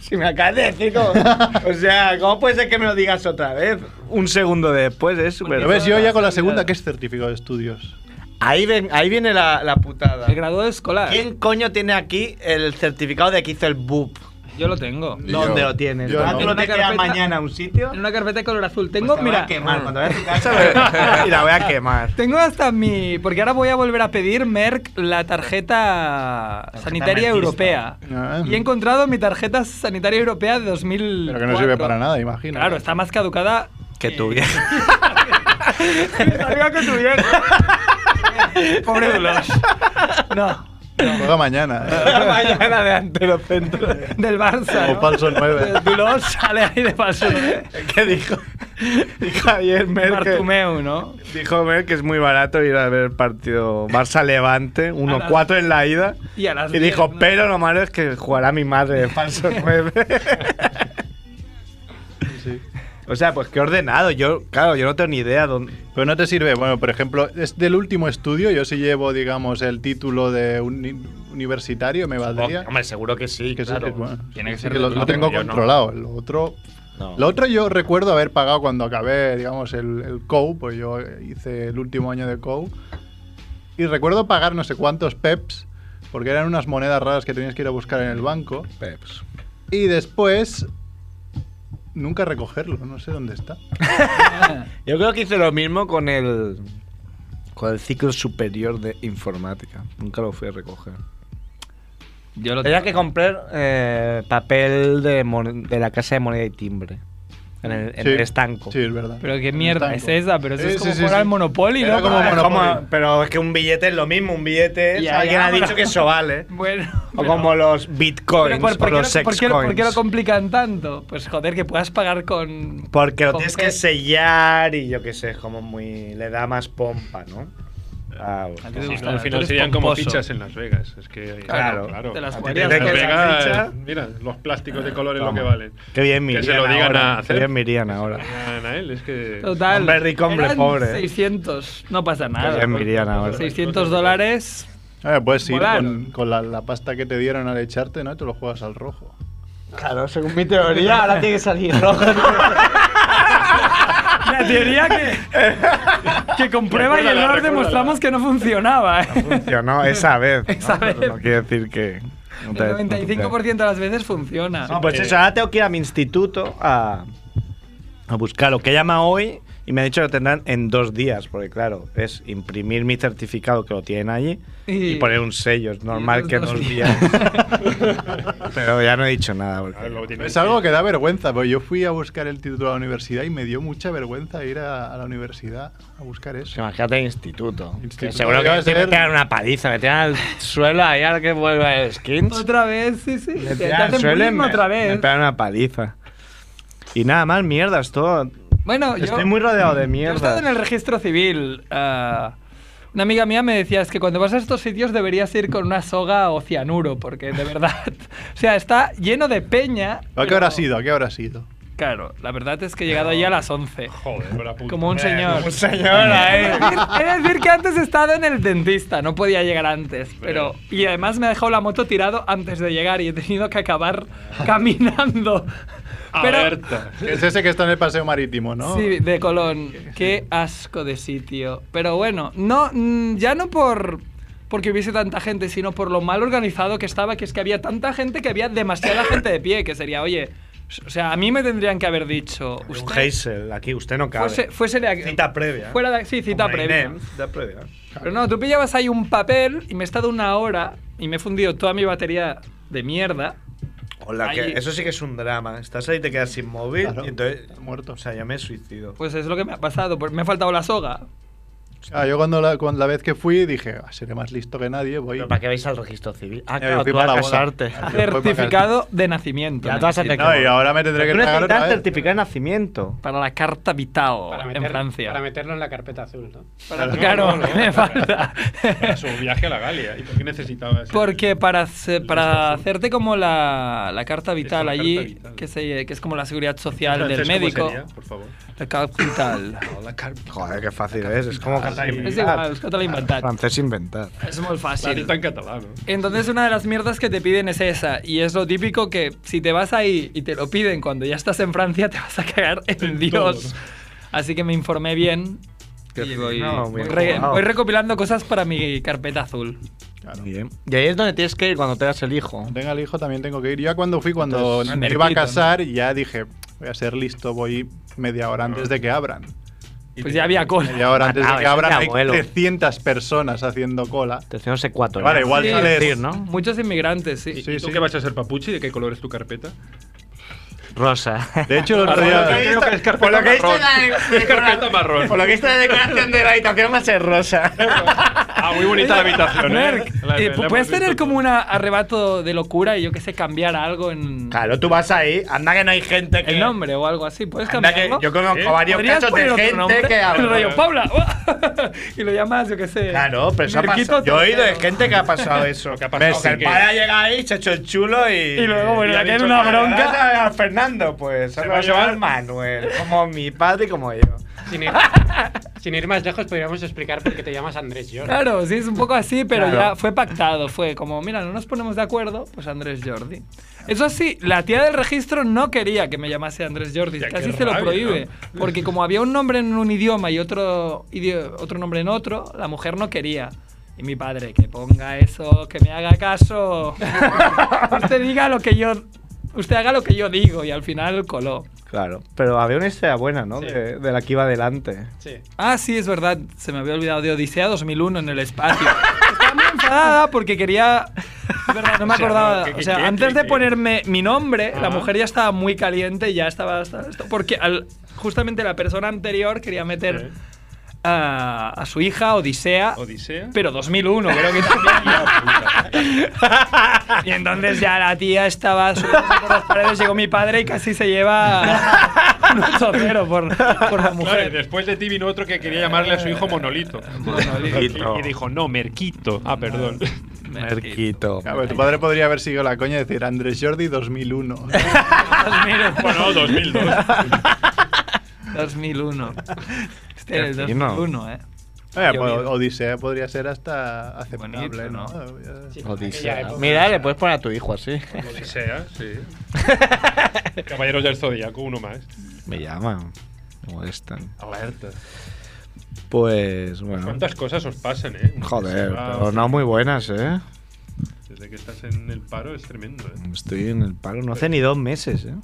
S3: si me acabas de decir, como- o sea, ¿cómo puede ser que me lo digas otra vez? Un segundo después, es súper.
S4: Lo ves, yo ya con la segunda, que es certificado de estudios.
S3: Ahí, ven, ahí viene la, la putada.
S8: El graduado escolar.
S3: ¿Quién coño tiene aquí el certificado de que hizo el BUP?
S8: Yo lo tengo.
S6: Y
S3: ¿Dónde
S6: yo-
S3: lo tienes?
S4: yo
S3: Ah,
S4: no.
S3: ¿Tú lo
S8: En una
S3: tienes que ir a
S8: carpeta-
S3: mañana a un sitio?
S8: En una carpeta de color azul. Tengo, mira.
S3: vayas a tu casa voy- Ah. y la voy a quemar.
S8: Tengo hasta mi. Porque ahora voy a volver a pedir Merck la tarjeta, sanitaria
S3: merquista.
S8: europea.
S4: Ah.
S8: Y he encontrado mi tarjeta sanitaria europea de 2000.
S4: Pero que no sirve para nada, imagino.
S8: Claro, está más caducada.
S3: Que tu vieja.
S8: Arriba que tu Pobre Dulos. No.
S4: Juega mañana. eh.
S3: mañana de ante los centros.
S8: Del Barça.
S4: O
S8: ¿no?
S4: falso nueve.
S8: De Dulos sale ahí de paso.
S3: ¿Qué dijo? Dijo ayer Merkel.
S8: Bartumeu, ¿no?
S3: Dijo Mer que es muy barato ir a ver el partido Barça-Levante,
S8: A las-
S3: 1-4 en la ida.
S8: Y a las
S3: Y
S8: 10,
S3: dijo,
S8: ¿no?
S3: pero lo malo es que jugará mi madre de falso 9.
S4: Sí.
S3: O sea, pues qué ordenado. Yo, claro, yo no tengo ni idea dónde.
S4: Pero no te sirve. Bueno, por ejemplo, es del último estudio. Yo sí llevo, digamos, el título de uni- universitario, me valdría.
S2: Oh,
S3: seguro que sí,
S4: Que sí, que, bueno, sí que
S3: del
S4: lo, lo
S3: último,
S4: tengo
S3: yo no.
S4: controlado. Lo otro.
S3: No.
S4: Lo otro yo recuerdo haber pagado cuando acabé, digamos, el, el COU, pues yo hice el último año de COU. Y recuerdo pagar no sé cuántos PEPs, porque eran unas monedas raras que tenías que ir a buscar en el banco. Y después, nunca recogerlo, no sé dónde está.
S3: Yo creo que hice lo mismo con el con el ciclo superior de informática. Nunca lo fui a recoger.
S8: Yo lo
S3: Tenía que comprar eh, papel de, mon- de la casa de moneda y timbre en el, en
S4: Sí,
S3: el estanco.
S4: Sí, es verdad.
S8: Pero qué
S4: En el
S8: mierda
S4: estanco.
S8: es esa, pero eso
S4: Sí,
S8: es
S4: sí,
S8: como
S4: sí,
S8: jugar
S4: sí.
S8: al Monopoly,
S4: Era
S8: ¿no?
S4: como
S3: Ah, es como-
S4: Monopoly.
S3: pero es que un billete es lo mismo, un billete es-
S8: Ya,
S3: alguien
S8: ya,
S3: ha
S8: pero-
S3: dicho que eso vale.
S8: Bueno.
S3: O como los bitcoins
S8: Pero por,
S3: o
S8: por qué
S3: los
S8: lo,
S3: sex
S8: por qué lo- por qué lo
S3: coins.
S8: complican tanto? Pues joder, que puedas pagar con.
S3: Porque lo
S8: con
S3: tienes
S8: qué.
S3: que sellar y yo qué sé, es como muy. le da más pompa, ¿no? Ah, bueno.
S8: A ti te
S2: Si
S8: gusta,
S2: no, al
S8: tú
S2: final
S8: eres
S2: serían como
S8: pomposo.
S2: fichas en Las Vegas. Es que,
S3: Claro,
S8: te las
S2: A ti
S8: jugarías
S2: en Las
S3: todas
S2: Vegas,
S3: esas fichas.
S2: mira, los plásticos de colores
S3: Toma.
S2: lo que valen.
S3: Qué bien Miriam
S2: Que se lo digan
S3: ahora.
S2: a
S3: Qué
S2: hacer.
S3: bien Miriam ahora.
S2: A él, es que.
S8: Total.
S3: Hombre rico, hombre
S8: eran
S3: pobre.
S8: 600, no pasa nada.
S3: Ya me irían ahora.
S8: 600 dólares.
S4: A ver, Eh, puedes ir
S8: Volar.
S4: con, con la, la pasta que te dieron al echarte, ¿no? Y te lo juegas al rojo.
S10: Claro, según mi teoría, ahora tiene que salir rojo.
S8: La teoría que, que con prueba y
S2: Recuérdala,
S8: error
S2: recuérdala.
S8: demostramos que no funcionaba. ¿eh?
S3: Funcionó esa vez. ¿no?
S8: Esa
S3: Pero
S8: vez.
S3: No quiere decir que.
S8: El 95% de las veces funciona.
S3: No, pues eso, ahora tengo que ir a mi instituto a, a buscar lo que llama hoy y me ha dicho que lo tendrán en dos días, porque claro, es imprimir mi certificado que lo tienen allí y, poner un sello, es normal
S8: los
S3: que
S8: dos
S3: dos días.
S8: días.
S3: Pero ya no he dicho nada.
S2: A ver,
S3: Porque,
S2: luego tienes
S4: Es algo que da vergüenza, porque yo fui a buscar el título a la universidad y me dio mucha vergüenza ir a, a la universidad a buscar
S3: Pues
S4: eso.
S3: imagínate el instituto.
S4: Instituto.
S3: Que seguro que
S4: Acaba de
S3: te
S4: ser-
S3: meterán una paliza, me tiran al suelo ahí ahora que vuelva el skins.
S8: Otra vez, sí, sí.
S3: Me
S8: Te, te
S3: tiran al
S8: hacen
S3: suelo y
S8: bullying
S3: me-
S8: otra
S3: Me
S8: vez.
S3: pegan una paliza. Y nada más, mierdas, todo.
S8: Bueno, yo.
S3: Estoy muy rodeado de
S8: Yo he estado en el
S3: mierdas.
S8: registro civil. ah, una amiga mía me decía, es que cuando vas a estos sitios deberías ir con una soga o cianuro, porque de verdad... o sea, está lleno de peña.
S4: ¿A qué
S8: pero-
S4: hora ha sido? ¿A qué hora ha sido?
S8: Claro, la verdad es que he llegado allí a las 11.
S2: Joder, con la puta.
S8: Como un
S2: Eh,
S8: señor.
S2: como un
S3: Señora,
S8: Es decir, es decir, que antes he estado en el dentista, no podía llegar antes. Pero, y además me ha dejado la moto tirado antes de llegar y he tenido que acabar caminando. Pero,
S2: Alerta.
S4: Es ese que está en el paseo marítimo, ¿no?
S8: Sí, de Colón. Qué asco de sitio. Pero bueno, no, mm, ya no por porque hubiese tanta gente, sino por lo mal organizado que estaba, que es que había tanta gente que había demasiada gente de pie, que sería, oye, s- o sea, a mí me tendrían que haber dicho,
S3: Un
S8: usted
S3: Hazel, aquí usted no cabe.
S8: fuese, fuese de aquí-
S3: Cita previa.
S8: Fuera de, sí, cita
S3: Como
S8: previa.
S3: Inem, cita previa.
S8: Pero no, tú pillabas ahí un papel y me he estado una hora y me he fundido toda mi batería de mierda.
S3: Hola,
S8: Ahí-
S3: que eso sí que es un drama. Estás ahí, te quedas sin móvil
S4: Claro,
S3: y entonces.
S4: muerto.
S3: O sea, ya me suicido.
S8: Pues es lo que me ha pasado, por- me ha faltado la soga.
S4: Ah, yo cuando la, cuando la vez que fui dije, "Ah, seré más listo que nadie, voy.
S10: ¿Pero para qué vais al registro civil? Ah,
S4: Eh,
S10: claro,
S4: fui
S10: tú
S4: para
S10: a
S4: la boda.
S10: casarte.
S4: Ah, fui para casarme.
S8: Certificado de nacimiento.
S10: Ya te vas a tener que
S4: No, y ahora me tendré que
S3: Tú
S4: tragar otra
S3: necesitas
S4: vez.
S3: certificado de nacimiento.
S8: Para la carta
S5: Para,
S8: vital
S5: meter-
S8: en Francia.
S5: para meterlo en la carpeta azul, ¿no?
S8: Para-
S2: No,
S8: claro,
S2: no, no.
S8: me falta.
S2: Para su viaje a la Galia. ¿Y por qué necesitabas?
S8: Porque para, se- para hacerte como la, la carta vital
S2: una
S8: allí,
S2: carta vital.
S8: Que, se- que es como la seguridad
S2: En
S8: social
S2: francés,
S8: del
S2: ¿cómo
S8: médico,
S2: sería, por favor.
S8: la carta vital.
S3: Joder, qué fácil es. Es como
S2: catalán.
S3: catalán.
S8: es igual, es que te la inventat.
S3: Francés inventar.
S8: Es muy
S2: La
S8: fácil.
S2: dita en catalán. ¿no?
S8: Entonces una de las mierdas que te piden es esa y es lo típico que si te vas ahí y te lo piden cuando ya estás en Francia te vas a cagar en,
S2: En
S8: Dios.
S2: todo.
S8: Así que me informé bien
S3: Qué
S8: y voy,
S3: fino, muy
S8: voy re-
S3: guau.
S8: voy recopilando cosas para mi carpeta azul.
S3: Bien.
S10: Y ahí es donde tienes que ir cuando tengas el hijo.
S4: Cuando tenga el hijo también tengo que ir. Yo ya cuando fui, cuando
S8: Entonces,
S4: me iba a
S8: merquito, ¿no?
S4: casar, ya dije, voy a ser listo, voy media hora antes de que abran.
S8: Pues ya había cola.
S4: Media hora antes
S10: Ah,
S4: de que
S10: es
S4: abran
S10: mi
S4: hay
S10: abuelo.
S4: 300 personas haciendo cola.
S10: Te hacemos ecuatorial.
S4: Vale, igual
S8: Sí.
S4: sales-
S10: ¿eh? decir, ¿no?
S8: Muchos inmigrantes, sí.
S2: ¿Y,
S4: Sí,
S2: y tú
S4: sí.
S2: qué vas a ser papuchi? ¿De qué color es tu carpeta?
S10: Rosa.
S4: De hecho, el otro día...
S2: que es carpeta marrón. Es carpeta marrón.
S10: que viste la declaración de la habitación va a ser rosa.
S2: Ah, muy bonita la habitación. ¿eh?
S8: Merck,
S2: La-
S8: eh,
S2: la- la
S8: puedes
S2: hemos
S8: tener
S2: visto todo.
S8: como un arrebato de locura y yo que sé, cambiar algo en
S3: Claro, tú vas ahí. Anda que no hay gente que.
S8: el nombre o algo así. ¿Puedes
S3: Anda que
S8: cambiarlo?
S3: yo conozco
S2: ¿Eh?
S3: varios
S8: ¿Podrías
S3: casos
S8: poner
S3: de
S8: otro nombre?
S3: gente que
S8: El
S3: habla.
S8: rollo, Paula. y lo llamas, yo qué sé.
S3: Claro, pero eso Pues ha
S8: Merquito
S3: pasado. Yo he oído de
S8: tercero.
S3: gente que ha pasado eso. que ha
S2: pasado
S3: el
S2: que-
S3: padre ha llegado ahí, se ha hecho el chulo y.
S8: Y luego, bueno,
S3: y ha
S8: aquel
S3: dicho,
S8: una
S3: "Vale,
S8: bronca".
S3: ahora A Fernando, pues. Se
S2: va
S3: va
S2: a
S3: a
S2: llevar-
S3: llevar Manuel. Pues, Como mi padre y como yo.
S5: Sin ir, sin ir más lejos, podríamos explicar por qué te llamas Andrés Jordi.
S8: Claro, sí, es un poco así, pero
S3: Claro.
S8: ya fue pactado. Fue como, mira, no nos ponemos de acuerdo, pues Andrés Jordi. Eso sí, la tía del registro no quería que me llamase Andrés Jordi,
S2: Ya,
S8: casi
S2: qué
S8: se lo
S2: rabia,
S8: prohíbe. Porque como había un nombre en un idioma y otro, idio- otro nombre en otro, la mujer no quería. Y mi padre, que ponga eso, que me haga caso. usted diga lo que yo. Usted haga lo que yo digo y al final coló.
S3: Claro, pero había una historia buena, ¿no?
S5: Sí.
S3: De, de la que iba adelante.
S5: Sí.
S8: Ah, sí, es verdad. Se me había olvidado de Odisea 2001 en el espacio. Estaba muy enfadada porque quería... Es verdad, no me
S2: O sea,
S8: acordaba.
S2: no, ¿qué-
S8: o
S2: qué- qué-
S8: sea, antes de
S2: qué-
S8: ponerme mi nombre, la
S2: Ajá.
S8: mujer ya estaba muy caliente y ya estaba... hasta esto, porque al- justamente la persona anterior quería meter...
S2: Sí.
S8: a, a su hija, Odisea.
S2: ¿Odisea?
S8: Pero 2001, creo que también. y entonces ya la tía estaba subiéndose por las paredes, llegó mi padre y casi se lleva un 8-0 por, por la mujer.
S2: Claro, y después de ti vino otro que quería llamarle a su hijo Monolito.
S3: Monolito.
S2: Y, y dijo, no, Merquito. Ah, perdón.
S3: Merquito.
S4: A ver, tu padre podría haber seguido la coña y decir Andrés Jordi 2001.
S2: bueno, 2002.
S8: 2001. Este era el
S4: Qué fino.
S8: 2001, ¿eh?
S4: Eh,
S8: Yo
S4: pues,
S8: miro.
S4: Odisea podría ser hasta aceptable,
S8: Bonito,
S4: ¿no?
S8: ¿no?
S4: aquella
S10: Odisea.
S4: época.
S10: Mira, le puedes poner a tu hijo así.
S2: Odisea, sí. Caballeros del Zodíaco, uno más.
S3: Me llaman. Me molestan.
S2: Alerta.
S3: Pues bueno.
S2: ¿Cuántas cosas os pasan, eh?
S3: Joder,
S2: Ah,
S3: pero no muy buenas, ¿eh?
S2: Desde que estás en el paro es tremendo, eh.
S3: Estoy en el paro. No hace ni dos meses, ¿eh?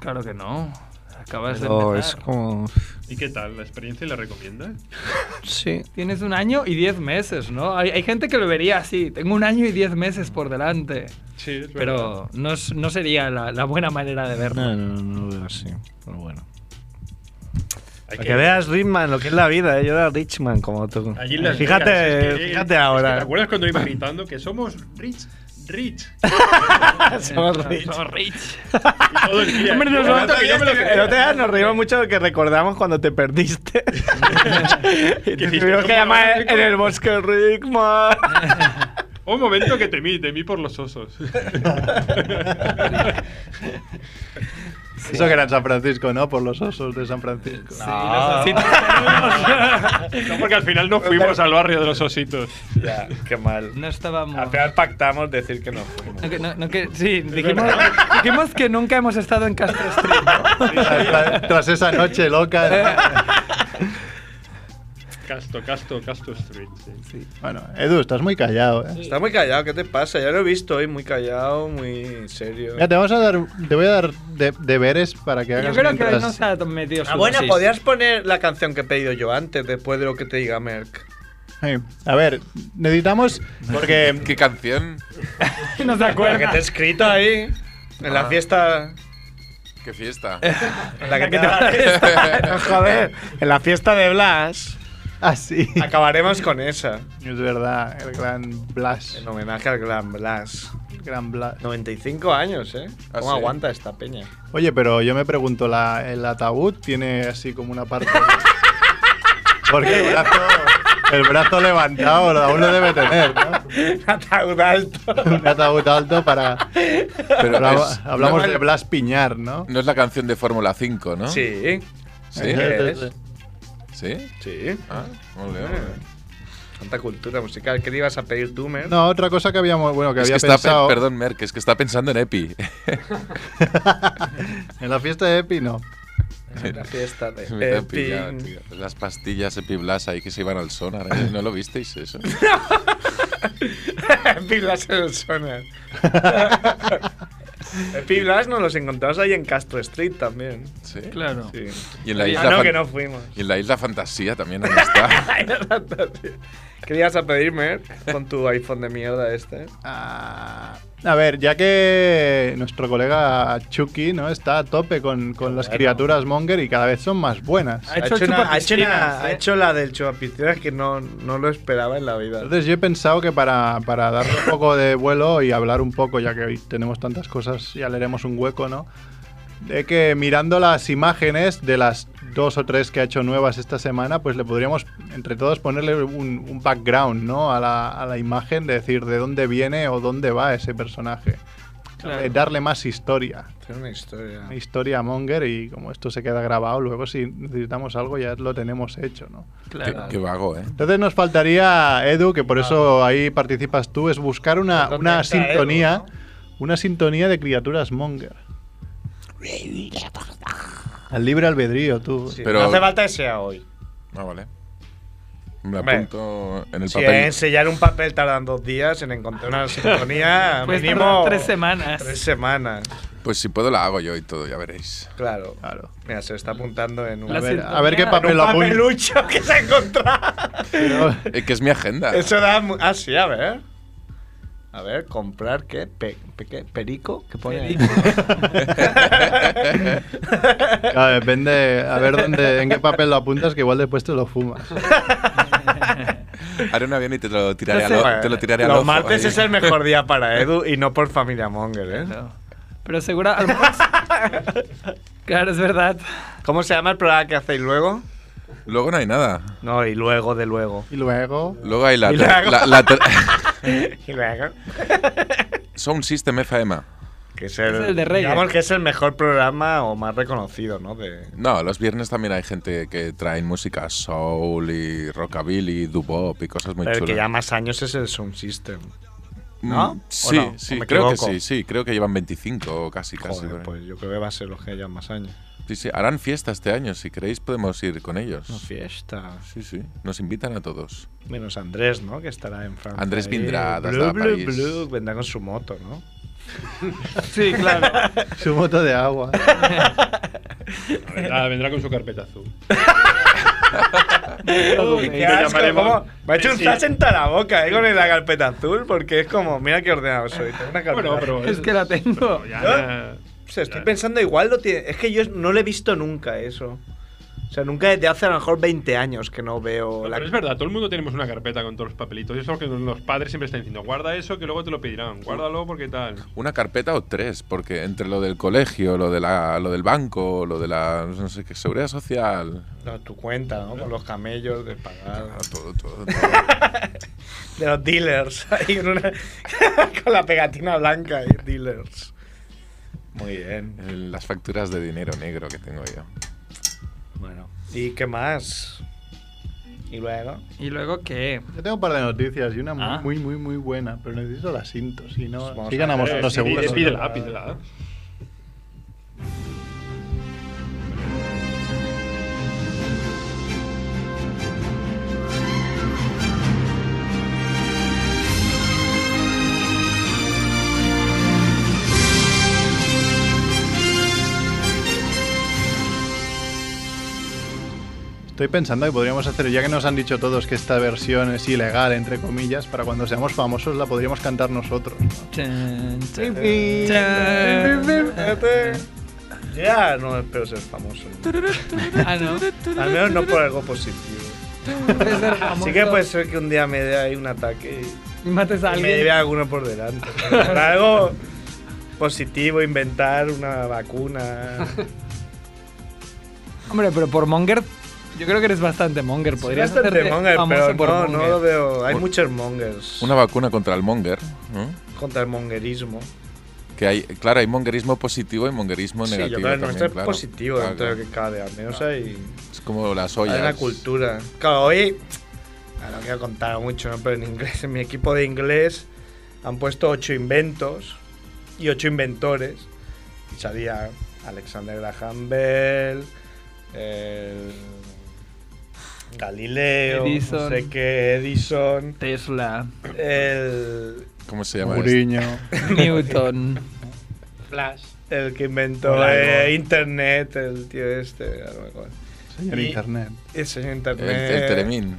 S8: Claro que no. Acabas
S3: Pero
S8: de
S3: es
S8: empezar.
S3: como.
S2: ¿Y qué tal? ¿La experiencia la recomiendas?
S3: Sí.
S8: Tienes un año y diez meses, ¿no? Hay, hay gente que lo vería así. Tengo un año y diez meses por delante.
S2: Sí, es
S8: Pero no, es- no sería la, la buena manera de verlo.
S3: No, no, no, no lo veo así. Pero bueno.
S2: Hay
S3: Para que veas Richman, lo que es la vida, ¿eh? Yo era Richman como tú. Eh, fíjate, fíjate ahora.
S2: ¿Te acuerdas cuando iba gritando que somos rich? Rich.
S3: Somos
S8: Rich.
S3: Rich.
S8: rich.
S2: Y todo el día.
S8: Hombre,
S2: Yo
S8: nos
S2: me
S8: vamos
S2: acuerdo que yo me lo
S3: El
S2: creía.
S3: otro día nos reímos mucho de que recordamos cuando te perdiste. y te
S2: hiciste
S3: tuvimos que
S2: un
S3: llamar
S2: barranco.
S3: en el bosque Rickman.
S2: Un momento que temí, temí por los osos.
S4: Eso que era en San Francisco, ¿no? Por los osos de San Francisco.
S2: Ah.
S8: Sí, no,
S2: No, porque al final no fuimos al barrio de los ositos.
S3: ya, qué mal.
S8: no estábamos.
S3: Al final pactamos decir que no fuimos.
S8: No, que- no- no que- sí, dijimos, dijimos que nunca hemos estado en Castro Street.
S4: Tra- Tras esa noche loca.
S2: Casto, Casto, Casto Street. sí.
S4: Bueno, Edu, estás muy callado, ¿eh?
S3: Está muy callado, ¿qué te pasa? Ya lo he visto hoy muy callado, muy serio.
S4: Mira, te, vamos a dar, te voy a dar de- deberes para que
S8: Yo
S4: hagas
S8: creo que hoy
S4: mientras-
S8: no se ha metido
S3: Ah,
S8: su
S3: bueno,
S8: dosis.
S3: podías poner la canción que he pedido yo antes, después de lo que te diga Merck.
S4: Sí. A ver, necesitamos... Porque
S6: ¿Qué canción?
S8: No se
S3: La que
S8: acuerda.
S3: te he escrito ahí, en
S6: Ah.
S3: la fiesta.
S6: ¿Qué fiesta?
S3: En la que te Joder, en la fiesta de Blas.
S4: Así.
S3: Acabaremos con esa.
S4: Ah, Es verdad, el gran Blas.
S3: En homenaje al Gran Blas.
S4: El gran Blas.
S3: 95 años, ¿eh?
S6: Ah,
S3: ¿Cómo
S6: sí.
S3: aguanta esta peña?
S4: Oye, pero yo me pregunto, ¿la, ¿el ataúd tiene así como una parte? Porque el brazo, el brazo levantado lo- aún lo debe tener, ¿no?
S3: Ataúd alto.
S4: Un ataúd alto para...
S6: Pero
S4: Hablaba-
S6: es-
S4: hablamos
S6: no,
S4: de Blas Piñar, ¿no?
S6: No es la canción de Fórmula 5, ¿no?
S3: Sí.
S6: ¿Sí? ¿eh?
S3: ¿Qué es?
S6: ¿Sí?
S3: Sí.
S6: Ah, muy bien, muy bien.
S3: Tanta cultura musical. ¿Qué te ibas a pedir tú, Merck?
S4: No, otra cosa que habíamos, bueno, que
S6: Es que
S4: había
S6: está, pe-
S4: pensado
S6: perdón, Merck, es que está pensando en Epi.
S4: en la fiesta de Epi, no.
S3: En la fiesta de
S6: Me te han
S3: Epi.
S6: pillado, tío. Las pastillas Epi Blas ahí que se iban al sonar. ¿eh? ¿No lo visteis eso?
S3: Epi Blas en el sonar. Epi Blas nos los encontramos ahí en Castro Street también.
S6: ¿Sí?
S8: Claro.
S3: Sí.
S6: Y en la
S3: Ah,
S6: isla,
S3: no,
S6: fan-
S3: que no fuimos.
S6: y en la isla Fantasía también ahí está.
S3: ¿Qué ibas a pedir, Merck? Con tu iPhone de mierda este.
S4: Ah, a ver, ya que nuestro colega Chucky ¿no? está a tope con, con las criaturas Monger y cada vez son más buenas.
S8: Ha hecho
S3: una- ha hecho una-
S8: chupapiscinas,
S3: ha
S8: ¿eh?
S3: hecho la del chupapiscinas que no, no lo esperaba en la vida.
S4: Entonces yo he pensado que para, para darle un poco de vuelo y hablar un poco, ya que hoy tenemos tantas cosas, ya le haremos un hueco, ¿no? De que mirando las imágenes de las dos o tres que ha hecho nuevas esta semana, pues le podríamos, entre todos, ponerle un, un background, ¿no? A la, a la imagen, de decir de dónde viene o dónde va ese personaje.
S8: Claro.
S4: Eh, Darle más historia.
S3: Tiene una historia.
S4: una historia monger y como esto se queda grabado, luego si necesitamos algo ya lo tenemos hecho, ¿no?
S6: qué,
S8: Claro.
S6: qué vago, ¿eh?
S4: Entonces nos faltaría, Edu, que por eso ahí participas tú, es buscar una,
S3: Contacta
S4: una
S3: a ¿eh? Edu,
S4: sintonía,
S3: ¿no?
S4: una sintonía de criaturas monger. Al libre albedrío, tú.
S3: Sí,
S6: Pero-
S3: No hace falta que sea hoy.
S6: Ah, vale. Me
S3: Hombre.
S6: apunto en el
S3: Si
S6: papel.
S3: enseñar un papel tardan dos días en encontrar una sintonía,
S8: Pues
S3: mínimo
S8: tardar tres semanas.
S3: Tres semanas,
S6: Pues si puedo la hago yo y todo, ya veréis.
S3: claro.
S4: Claro.
S3: Mira, se está apuntando en un,
S8: La
S4: A ver,
S8: sintonía
S4: a ver qué
S8: en
S4: papel lo apunta.
S3: papelucho que se ha encontrado.
S6: Es que es mi agenda.
S3: Eso da. mu- Ah, sí, a ver. A ver, comprar qué? Pe- pe- qué? perico, ¿qué pone ahí?
S4: Claro, Ah, depende a ver dónde, en qué papel lo apuntas, que igual después te lo fumas.
S6: Haré un avión y te lo tiraré,
S3: No sé.
S6: al, o- te lo tiraré al
S3: Los
S6: ojo,
S3: martes
S6: ahí.
S3: es el mejor día para Edu y no por familia Monger, ¿eh?
S8: Pero segura, a lo mejor- claro, es verdad.
S3: ¿Cómo se llama el programa que hacéis luego?
S6: Luego no hay nada.
S3: No, y luego, de luego.
S4: Y luego.
S6: Luego hay la.
S3: Y
S6: ter-
S3: luego.
S6: la- la ter-
S3: Y luego.
S6: Sound System FM.
S3: Que es el, Digamos que es el mejor programa o más reconocido, ¿no? De,
S6: No, los viernes también hay gente que trae música soul y rockabilly, dubop y cosas muy
S3: el
S6: chulas.
S3: que ya más años es el Sound System.
S6: Mm,
S3: ¿No? ¿O
S6: Sí,
S3: no? ¿O
S6: sí,
S3: me
S6: creo que
S3: equivoco?
S6: sí, sí, creo que llevan 25 o casi, casi.
S3: Joder,
S6: por ahí.
S3: pues yo creo que va a ser los que hayan más años.
S6: Sí, sí, harán fiesta este año, si queréis podemos ir con ellos.
S3: Una fiesta.
S6: Sí, sí, nos invitan a todos.
S3: Menos Andrés, ¿no? Que estará en Francia.
S6: Andrés
S3: ahí.
S6: vendrá desde
S3: Blu, blu,
S6: París.
S3: blu, vendrá con su moto, ¿no?
S8: Sí, claro.
S4: Su moto de agua.
S2: Vendrá, Ah, vendrá con su carpeta azul.
S3: Uy, qué asco, ¿cómo? Me ha hecho un
S2: Sí.
S3: zas en toda la boca, ¿eh? Con la carpeta azul, porque es como, mira qué ordenado soy. Tengo una carpeta
S2: Bueno, pero
S8: Es que la tengo. ¿Eh?
S2: Ya,
S3: O sea, pues, estoy pensando igual lo tiene. Es que yo no lo he visto nunca eso. O sea, nunca desde hace a lo mejor 20 años que no veo la.
S2: Pero es verdad, todo el mundo tenemos una carpeta con todos los papelitos. Eso es lo que los padres siempre están diciendo. Guarda eso que luego te lo pedirán. Guárdalo porque tal.
S6: Una carpeta o tres, porque entre lo del colegio, lo, de la, lo del banco, lo de la no sé qué, seguridad social,
S3: No, tu cuenta, ¿no? Con los camellos de pagar.
S6: Ah, todo, todo, todo.
S3: De los dealers. Ahí en una- Con la pegatina blanca ahí, dealers. Muy bien.
S6: El- las facturas de dinero negro que tengo yo.
S3: Bueno. ¿Y qué más? Y luego.
S8: ¿Y luego qué?
S4: Yo tengo un par de noticias y una muy,
S8: Ah.
S4: muy, muy, muy buena, pero necesito la cinto, si no,
S3: Pues Vamos
S4: si
S3: a
S4: ganamos
S3: ver,
S4: unos
S3: sí,
S4: segundos.
S2: Pide- Eh, Pídela, pídela. ¿eh?
S4: Estoy pensando que podríamos hacer, ya que nos han dicho todos que esta versión es ilegal, entre comillas, para cuando seamos famosos la podríamos cantar nosotros. ¿no?
S8: Chan, chan, chan.
S3: Yo Ya no espero ser famoso.
S8: Ah, no.
S3: Al menos no por algo positivo.
S8: Puede ser famoso.
S3: Así que puede ser que un día me dé ahí un ataque y.
S8: Y mates a
S3: Y Me
S8: alguien.
S3: lleve alguno por delante. Por algo positivo, inventar una vacuna.
S8: Hombre, pero por Monger, yo creo que eres bastante Monger. Podrías
S3: Podrías bastante
S8: hacerte
S3: monger,
S8: famoso
S3: pero
S8: por
S3: no, no
S8: Monger.
S3: lo veo. Hay
S6: Por-
S3: muchos mongers
S6: Una vacuna contra el monger, ¿no?
S3: contra el mongerismo.
S6: Que hay, claro, hay mongerismo positivo y mongerismo
S3: Sí, yo
S6: negativo.
S3: creo que el
S6: también,
S3: nuestro es
S6: claro.
S3: positivo
S6: Claro,
S3: dentro de lo
S6: claro.
S3: que cabe. Al menos hay,
S6: Es como las
S3: hay
S6: ollas.
S3: una cultura. Claro, hoy. ah, No quiero contar mucho, ¿no? pero en inglés, en mi equipo de inglés han puesto ocho inventos y ocho inventores. Y salía Alexander Graham Bell, el Galileo, no
S8: Edison.
S3: sé qué, Edison,
S8: Tesla,
S3: el,
S6: ¿Cómo se llama? este? esto?
S4: Muriño.
S8: Newton.
S5: Flash.
S3: el que inventó
S8: Hola,
S3: eh, Internet, el tío este, no me acuerdo.
S4: Señor
S3: Y-
S4: Internet.
S3: El señor
S6: El,
S3: Internet.
S6: el Teremín.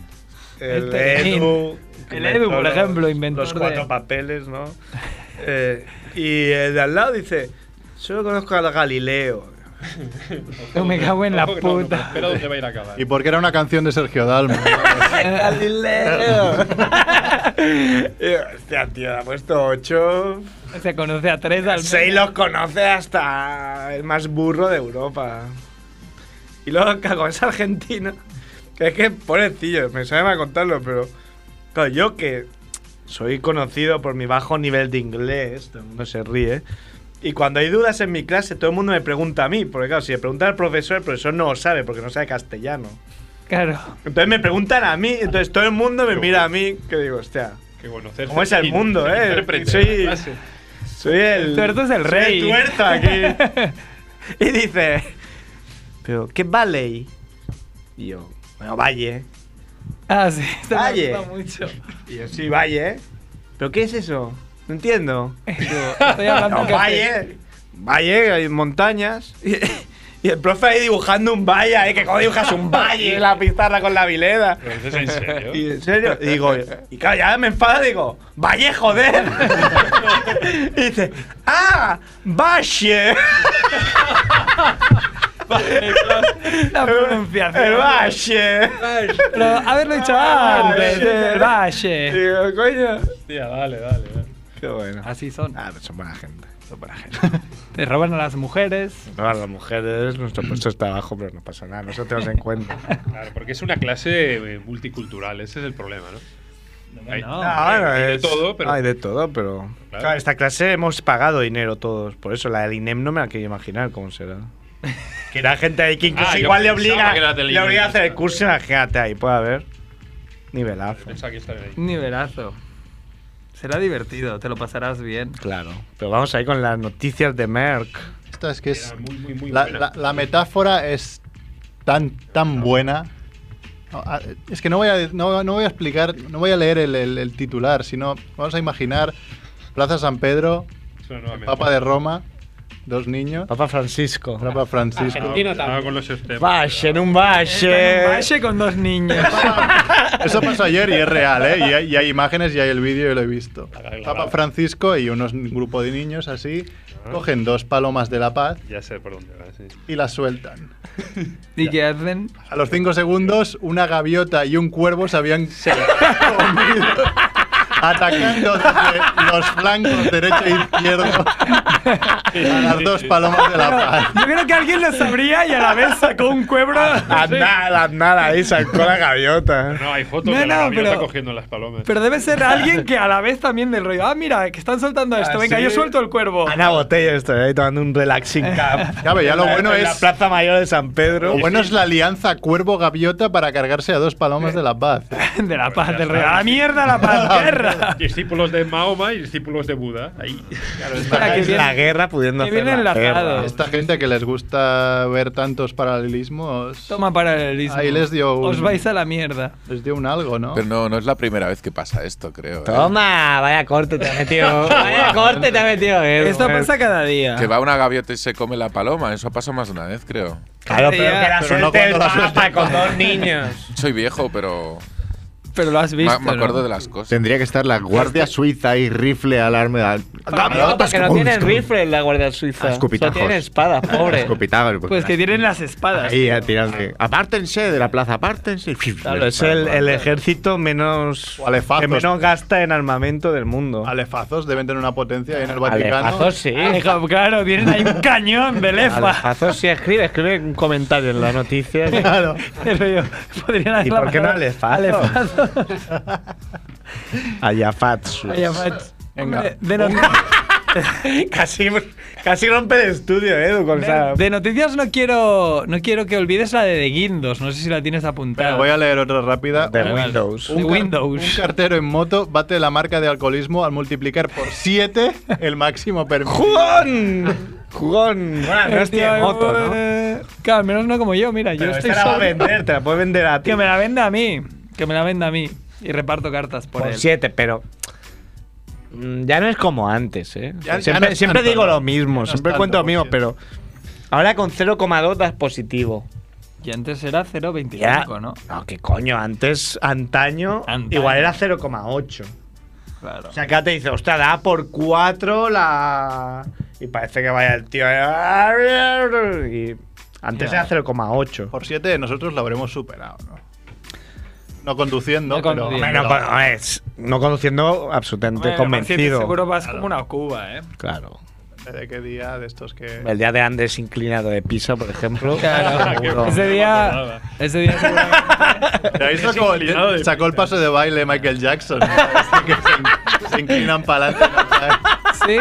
S3: El,
S8: El Telemín.
S3: Edu.
S8: El
S3: inventó
S8: Edu, por
S3: los-
S8: ejemplo, inventor
S3: Los cuatro
S8: de-
S3: papeles, ¿no? Eh, y el de al lado dice, solo conozco al Galileo.
S8: Yo me cago en la
S2: Ojo que no, no,
S8: puta.
S2: espera dónde va a ir a acabar.
S4: Y porque era una canción de Sergio Dalma.
S3: ¡Galileo! Y, Hostia, tío, ha puesto ocho.
S8: Se conoce a tres al menos.
S3: Seis los conoce hasta el más burro de Europa. Y luego, claro, como es argentino, que es que, pobrecillo, me sabe mal contarlo, pero. Claro, yo que soy conocido por mi bajo nivel de inglés, todo el mundo se ríe. Y cuando hay dudas en mi clase, todo el mundo me pregunta a mí, porque claro, si le preguntan al profesor, el profesor no lo sabe porque no sabe castellano.
S8: Claro.
S3: Entonces me preguntan a mí, entonces todo el mundo me mira a mí, que digo, hostia.
S2: Que conocerse
S3: ¿Cómo es el
S2: y-
S3: mundo,
S2: y
S3: eh?
S2: intérprete
S3: Soy-
S2: de la clase.
S3: Soy el.
S8: Tuerto es el
S3: soy
S8: rey.
S3: el tuerto aquí. y dice. Pero, ¿qué vale? Y yo, bueno, Valle.
S8: Ah, sí. Esto
S3: Valle.
S8: me gusta mucho.
S3: Y yo, sí, Valle. ¿eh? ¿Pero qué es eso? No entiendo.
S8: Digo, Estoy hablando
S3: No,
S8: en café.
S3: valle. Valle, hay montañas. Y, Y el profe ahí dibujando un valle, ¿eh? Que cómo dibujas un valle en la pizarra con la vileda.
S2: ¿Lo dices en serio?
S3: Y en serio. Y digo, y claro, ya me enfada, digo, valle, joder. y dice, ah, valle.
S8: La pronunciación.
S3: El valle.
S8: Pero haberlo dicho
S3: Ah,
S8: antes,
S3: valle.
S8: el valle.
S3: Digo, coño.
S2: Hostia, dale, dale. dale.
S3: Qué bueno.
S8: Así son.
S3: Ah, son buena gente. Son buena gente.
S8: Te roban a las mujeres.
S3: No, a las mujeres, nuestro puesto está abajo, pero no pasa nada, no se te vas en cuenta.
S2: Claro, porque es una clase eh, multicultural, ese es el problema, ¿no? Hay-
S8: no.
S3: Ah, bueno,
S2: hay de
S3: es-
S2: todo, pero.
S3: Hay de todo, pero. Claro. esta clase hemos pagado dinero todos. Por eso la del INEM no me la quiero imaginar cómo será. Que la gente ahí que incluso
S2: Ah, yo
S3: igual le
S2: pensaba
S3: obliga,
S2: que era del
S3: le obliga a
S2: INEM,
S3: hacer el
S2: claro.
S3: curso, imagínate ahí, puede haber. Nivelazo.
S2: Pensaba que estaba ahí.
S8: Nivelazo. Será divertido, te lo pasarás bien.
S3: Claro. Pero vamos ahí con las noticias de Merck.
S4: Esta es que es.
S2: Era muy, muy, muy
S4: La,
S2: buena.
S4: la- la metáfora es tan, tan buena. No, ah, Es que no voy a, no, no voy a explicar, no voy a leer el, el- el titular, sino vamos a imaginar Plaza San Pedro,
S2: Es una nueva
S4: Papa de Roma, dos niños,
S3: Papa Francisco.
S4: Papa Francisco.
S5: Argentino
S2: metáfora.
S5: también.
S2: con los steps.
S3: Valle, en un
S8: Está en un
S3: valle.
S8: valle con dos niños.
S4: Eso pasó ayer y es real, ¿eh? Y hay, y hay imágenes y hay el vídeo y lo he visto.
S2: claro.
S4: Papa Francisco y unos un grupo de niños así cogen dos palomas de la paz
S2: Ya sé por dónde va, sí.
S4: y las sueltan.
S8: ¿Y qué hacen?
S4: A los cinco segundos, una gaviota y un cuervo se habían comido, atacando desde los flancos derecho e izquierdo a las dos palomas de la paz.
S8: Yo creo que alguien lo sabría y a la vez sacó un cuebro.
S3: Andar, andar ahí, sacó la gaviota.
S2: No, hay fotos
S8: No,
S2: de la
S8: no,
S2: gaviota
S8: pero-
S2: cogiendo las palomas.
S8: Pero debe ser alguien que a la vez también del rollo. Ah, mira, que están soltando esto. Venga,
S3: Así-
S8: yo suelto el cuervo.
S3: Ana Botella, estoy ahí tomando un relaxing cup.
S4: Ya ve, ya lo
S3: En la-
S4: bueno
S3: en La
S4: es-
S3: Plaza Mayor de San Pedro.
S4: Lo bueno es la alianza cuervo-gaviota para cargarse a dos palomas de la paz.
S8: De la paz,
S2: Pues ya
S8: del
S2: está.
S8: rollo. ¡Ah, mierda, la paz, guerra!
S2: Discípulos de Mahoma y discípulos de Buda. Ahí. Claro, está.
S8: Espera, que
S3: es la
S8: viene-
S3: guerra pudiendo
S8: que
S3: hacer
S8: vienen
S3: la guerra.
S8: lazados.
S4: Esta gente que les gusta ver tantos paralelismos,
S8: Toma paralelismo.
S4: Ahí les dio un-
S8: Os vais a la mierda.
S4: les dio un algo, ¿no?
S6: Pero no, no es la primera vez que pasa esto, creo. ¿eh?
S3: Toma, vaya corte te ha metido. vaya corte te ha metido. Edu.
S8: Esto pasa cada día.
S6: Que va una gaviota y se come la paloma. Eso ha pasado más de una vez, creo.
S3: Claro, pero que
S4: Pero
S3: la
S4: no
S3: suelte el
S4: cuando la suelte
S3: papa
S4: el
S3: con dos niños.
S6: Soy viejo, pero
S8: Pero lo has
S6: me-
S8: visto.
S6: me acuerdo
S8: ¿no?
S6: de las cosas.
S9: Tendría que estar la guardia suiza y rifle alarme. al-
S10: No, porque no tienen rifle en la Guardia
S9: Ah,
S10: Suiza. Solo
S9: escupitajos.
S10: tienen espadas, pobre.
S9: Escopitado,
S8: Pues que tienen las espadas.
S9: Ahí a tirarse. Apártense de la plaza, apártense.
S3: Claro, es el, el ejército menos.
S4: O alefazos.
S3: Que menos gasta en armamento del mundo.
S4: Alefazos deben tener una potencia ahí en el Vaticano.
S10: Alefazos sí.
S8: Ah, Hijo, claro, tienen ahí un cañón de lefa.
S3: Alefazos sí escribe, escribe un comentario en la noticia.
S4: Claro.
S8: Pero yo- podrían
S3: ¿Y
S8: hacer la
S3: por qué no
S8: palabra
S3: alefazos?
S8: alefazo.
S3: Ayafatsu.
S8: Ay, Amat.
S4: Venga.
S8: Hombre, De, not-
S3: Casi, casi rompe el estudio, Edu, con esa.
S8: de noticias no quiero, no quiero que olvides la de, de Guindos. No sé si la tienes
S4: Bueno,
S8: apuntada.
S4: voy a leer otra rápida.
S3: de Windows.
S8: De
S4: car-
S8: Windows.
S4: un cartero en moto bate la marca de alcoholismo al multiplicar por 7 el máximo permitido.
S3: ¡Jugón! ¡Jugón! Bueno, no es
S8: Tío,
S3: tiene moto, ¿no?
S8: eh, Claro, al menos no como yo. Mira,
S3: Pero
S8: yo estoy
S3: esta la va a
S8: sobre-
S3: vender, te la puede vender a ti.
S8: Que me la venda a mí. Que me la venda a mí. Y reparto cartas por,
S3: por
S8: él.
S3: 7, pero. mm, Ya no es como antes, ¿eh?
S4: Ya- ya
S3: siempre
S4: no es
S3: siempre
S4: tanto,
S3: digo
S4: ¿no?
S3: lo mismo,
S4: es
S3: siempre
S4: tanto,
S3: cuento lo
S4: por
S3: mismo,
S4: cierto.
S3: pero. Ahora con 0,2 das positivo.
S8: Y antes era
S3: Ya.
S8: 0.25, ¿no?
S3: qué coño, antes, antaño,
S8: Antaño.
S3: igual era 0,8.
S8: Claro.
S3: O sea, acá te dice, ostras, da por 4 la. Y parece que vaya el tío. eh, Y antes
S8: Ya.
S3: era 0,8.
S4: Por 7 nosotros lo habremos superado, ¿no? No conduciendo,
S8: No
S4: pero.
S8: conduciendo.
S3: Bueno, pues, a ver, no conociendo, absolutamente
S8: Bueno,
S3: convencido.
S8: Seguro vas como una cuba, ¿eh?
S3: Claro.
S4: ¿De qué día Ah, de estos que.?
S3: El día de Andrés inclinado de Pisa, por ejemplo.
S8: Claro.
S3: seguro.
S8: ese día. Ese día seguramente.
S4: Ahí sacó, sacó el paso de baile Michael Jackson. ¿no? Este que se, in- se inclinan para adelante. ¿no?
S8: Sí.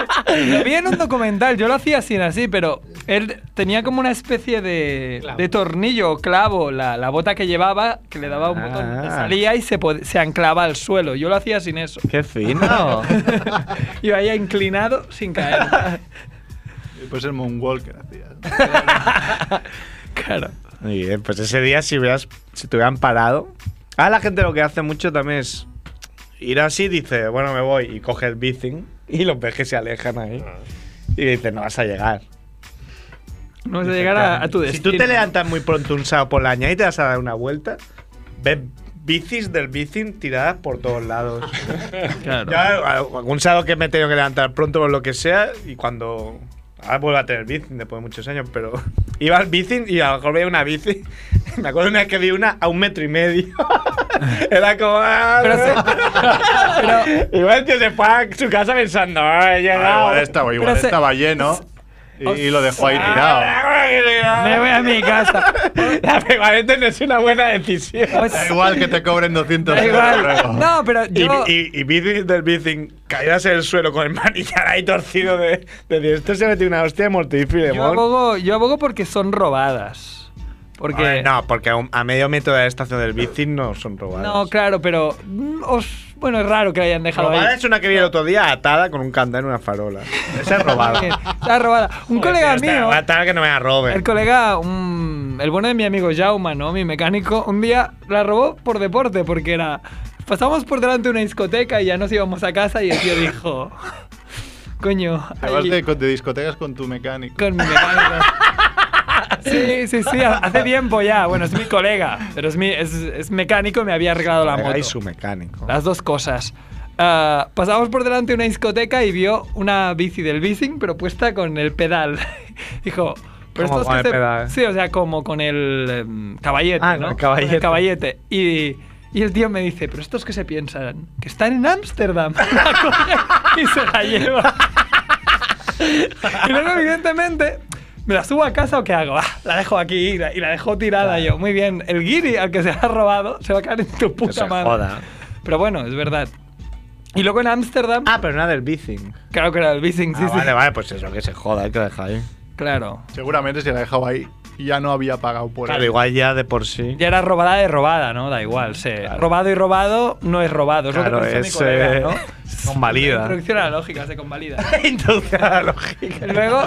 S8: Lo vi en un documental, yo lo hacía así, así, pero él tenía como una especie de,
S5: Clavo.
S8: de tornillo o clavo, la, la bota que llevaba, que le daba un
S3: Ah.
S8: botón, y salía y se, pod- se anclaba al suelo. Yo lo hacía sin eso.
S3: ¡Qué fino!
S8: Yo ahí inclinado sin caer.
S4: Después el Moonwalker hacía.
S8: Claro.
S3: Muy bien, pues ese día si, hubieras, si te hubieran parado... Ah, la gente lo que hace mucho también es ir así, dice, bueno, me voy, y coge el
S8: Ah.
S3: bici, y los ves que se alejan ahí. Y dice, no vas a llegar.
S8: No vas a llegar a, a tu
S3: Si
S8: destino.
S3: tú te levantas muy pronto un sábado por la mañana y te vas a dar una vuelta, ves bicis del bicing tiradas por todos lados.
S8: Claro.
S3: Ya, algún sábado que me he tenido que levantar pronto por lo que sea y cuando... Ahora vuelvo Ah, a tener bici después de muchos años, pero iba al bici y a lo mejor veía una bici. Me acuerdo una vez que vi una a un metro y medio. Era como. ah, no. Igual el tío se fue a su casa pensando, ah,
S4: Ah,
S3: he llegado.
S4: igual estaba, igual
S8: Pero se-
S4: estaba lleno y, y lo dejó
S3: Ah,
S4: ahí tirado.
S8: Me voy a mi casa.
S3: La permanente no es una buena decisión.
S8: Pues-
S4: Da igual que te cobren 200
S8: Da
S4: euros.
S8: igual.
S4: luego.
S8: No, pero
S3: Y,
S8: yo.
S3: y, y bici del bicing caídas en el suelo con el manillar ahí torcido de, de decir, esto se metió una hostia de mortífero.
S8: Yo abogo, yo abogo porque son robadas. Porque.
S3: no, porque a, un- a medio metro de la estación del bicing no son robadas.
S8: No, claro, pero. mm, os- bueno, es raro que la hayan dejado
S3: Robada
S8: ahí.
S3: es una que vi el otro día atada con un candado en una farola. Esa es robada.
S8: Bien, Está robada. Un colega mío.
S3: Atada que no me la roben.
S8: El colega, un- el bueno de mi amigo Jauma, ¿no? Mi mecánico, un día la robó por deporte, porque era. Pasamos por delante de una discoteca y ya nos íbamos a casa y el tío dijo. Coño.
S4: Te vas
S8: ahí-
S4: de, de discotecas con tu mecánico.
S8: Con mi mecánico. Sí, sí, sí, ha- hace tiempo ya. Bueno, es mi colega, pero es, mi, es, es mecánico y me había arreglado la moto.
S3: Ahí su mecánico.
S8: Las dos cosas. Ah, pasamos por delante de una discoteca y vio una bici del bicing, pero puesta con el pedal. Dijo, pero
S3: ¿Cómo
S8: estos
S3: con
S8: que
S3: el
S8: se-
S3: pedal?
S8: Sí, o sea, como con el em, caballete,
S3: Ah,
S8: ¿no?
S3: con el caballete.
S8: Con el caballete. Y, y el tío me dice, pero estos que se piensan, que están en Ámsterdam. La coge y se la lleva. y luego, evidentemente, ¿me la subo a casa o qué hago? Ah, la dejo aquí y la, y la dejo tirada yo. Muy bien, el guiri al que se la ha robado se va a caer en tu puta
S3: se
S8: madre.
S3: joda.
S8: Pero bueno, es verdad. Y luego en Ámsterdam,
S3: Ah, pero no era del bicing.
S8: claro que era el Bising, sí,
S3: Ah,
S8: sí.
S3: vale, vale, pues eso, que se joda, hay que dejar ahí.
S8: Claro.
S4: Seguramente se la dejaba ahí y ya no había pagado por
S3: Claro,
S4: él.
S3: igual ya de por sí.
S8: Ya era robada de robada, ¿no? Da igual. se- Robado y robado no es robado. Es lo
S3: Claro,
S8: que pensó mi
S3: es,
S8: colega,
S3: eh,
S8: ¿no?
S3: convalida.
S8: Introducción a la lógica, se convalida.
S3: Entonces, la lógica.
S8: Luego,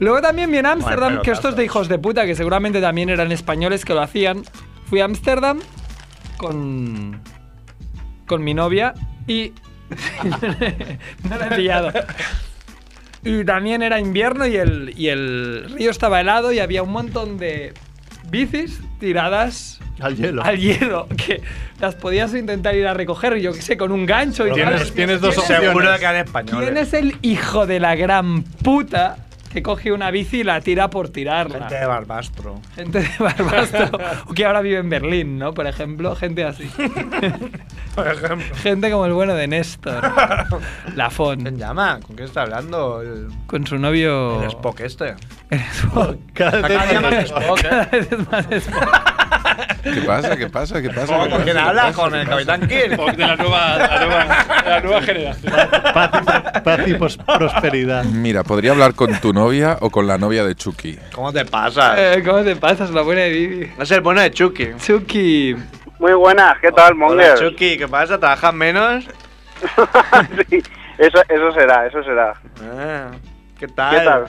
S8: luego también vi en Ámsterdam,
S3: Bueno,
S8: que estos
S3: pelotazos.
S8: de hijos de puta, que seguramente también eran españoles que lo hacían. Fui a Ámsterdam
S4: Mm.
S8: con. con mi novia y. no la he pillado. Y también era invierno y el, y el río estaba helado y había un montón de bicis tiradas
S4: Al hielo.
S8: al hielo que las podías intentar ir a recoger, yo qué sé, con un gancho y tal.
S4: Tienes, tienes dos opciones.
S3: Seguro que eran españoles.
S8: ¿Quién es el hijo de la gran puta que coge una bici y la tira por tirarla?
S3: Gente de Barbastro.
S8: Gente de Barbastro, o que ahora vive en Berlín, ¿no? Por ejemplo, gente así.
S3: Por ejemplo.
S8: gente como el bueno de Néstor,
S3: ¿Quién
S8: Lafon,
S3: llama? ¿Con quién está hablando? El,
S8: con su novio...
S3: el Spock este.
S8: El Spock.
S4: Cada
S3: Acá
S4: vez-
S3: le llaman Spock, ¿eh?
S8: Cada vez es más Spock.
S6: ¿Qué pasa? ¿Qué pasa? ¿Qué pasa? ¿Qué
S3: ¿Con
S6: pasa?
S3: quién
S6: ¿Qué
S3: habla?
S6: pasa?
S3: ¿Con el Capitán Kirk?
S2: Spock de la nueva, la nueva, la nueva generación.
S4: Paz y, pro- paz y pos- pues, prosperidad.
S6: Mira, podría hablar con tu novia o con la novia de Chucky.
S3: ¿Cómo te pasa?
S8: Eh, ¿Cómo te pasas la buena de Didi?
S3: es el bueno de Chucky.
S8: Chucky.
S11: Muy buenas, Ah, ¿qué tal,
S3: Hola,
S11: Monger?
S3: Chucky, ¿qué pasa? ¿Trabajas menos?
S11: Sí, eso, eso será, eso será.
S3: Ah, ¿Qué
S11: ¿Qué
S3: tal?
S11: tal?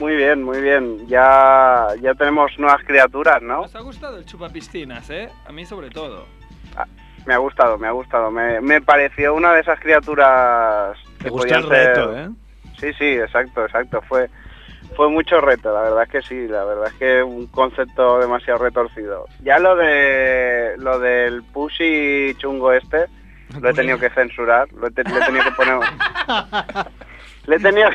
S11: Muy bien, muy bien. Ya, ya tenemos nuevas criaturas, ¿no?
S8: Nos ha gustado el chupapiscinas, ¿eh? A mí sobre todo.
S11: Me ha gustado, me ha gustado. Me, me pareció una de esas criaturas
S3: Te
S11: que
S3: gusta
S11: podían
S3: el reto,
S11: ser-
S3: ¿eh?
S11: Sí, sí, exacto, exacto. Fue, fue mucho reto, la verdad es que sí, la verdad es que un concepto demasiado retorcido. Ya lo de lo del pushy chungo este, lo he tenido que censurar, lo he, te- le he tenido que poner. Le he, tenido,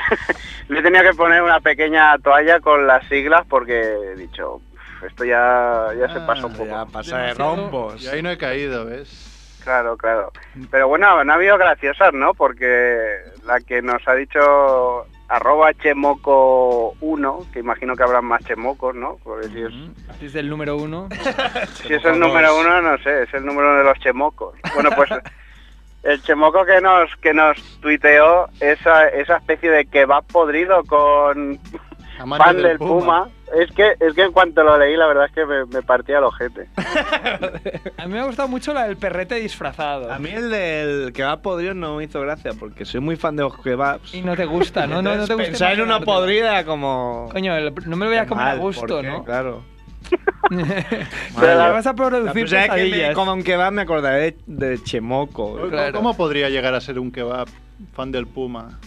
S11: le he tenido que poner una pequeña toalla con las siglas porque he dicho, "Uf, esto ya, ya se pasó un poco.
S3: Ah, Ya pasa de
S8: Demasiado.
S3: rombos.
S4: Y ahí no he caído, ¿ves?
S11: Claro, claro. Pero bueno, no ha habido graciosas, ¿no? Porque la que nos ha dicho arroba chemoco1, que imagino que habrán más chemocos, ¿no? Porque si es,
S8: Este es el número uno.
S11: si es el número uno, no sé, es el número de los chemocos. Bueno, pues el chemoco que nos que nos tuiteó esa, esa especie de kebab podrido con
S4: Amante
S11: pan del puma. Es que es que en cuanto lo leí, la verdad es que me, me partía el ojete.
S8: A mí me ha gustado mucho la del perrete disfrazado.
S3: ¿eh? A mí el del kebab podrido no me hizo gracia porque soy muy fan de los kebabs.
S8: Y no te gusta, ¿no? No, no te gusta.
S3: Pensar en uno
S8: imaginártelo.
S3: podrida como.
S8: Coño, el- no me lo voy a
S3: Qué
S8: comer a
S3: mal,
S8: gusto,
S3: porque,
S8: ¿no?
S3: Claro.
S8: Pero
S3: Madre.
S8: la vas a
S3: La próxima
S8: producir
S3: vez que me
S8: pesadillas.
S3: coma un kebab me acordaré de, de Chemoco.
S4: ¿Cómo-
S8: Claro.
S4: ¿Cómo podría llegar a ser un kebab fan del puma?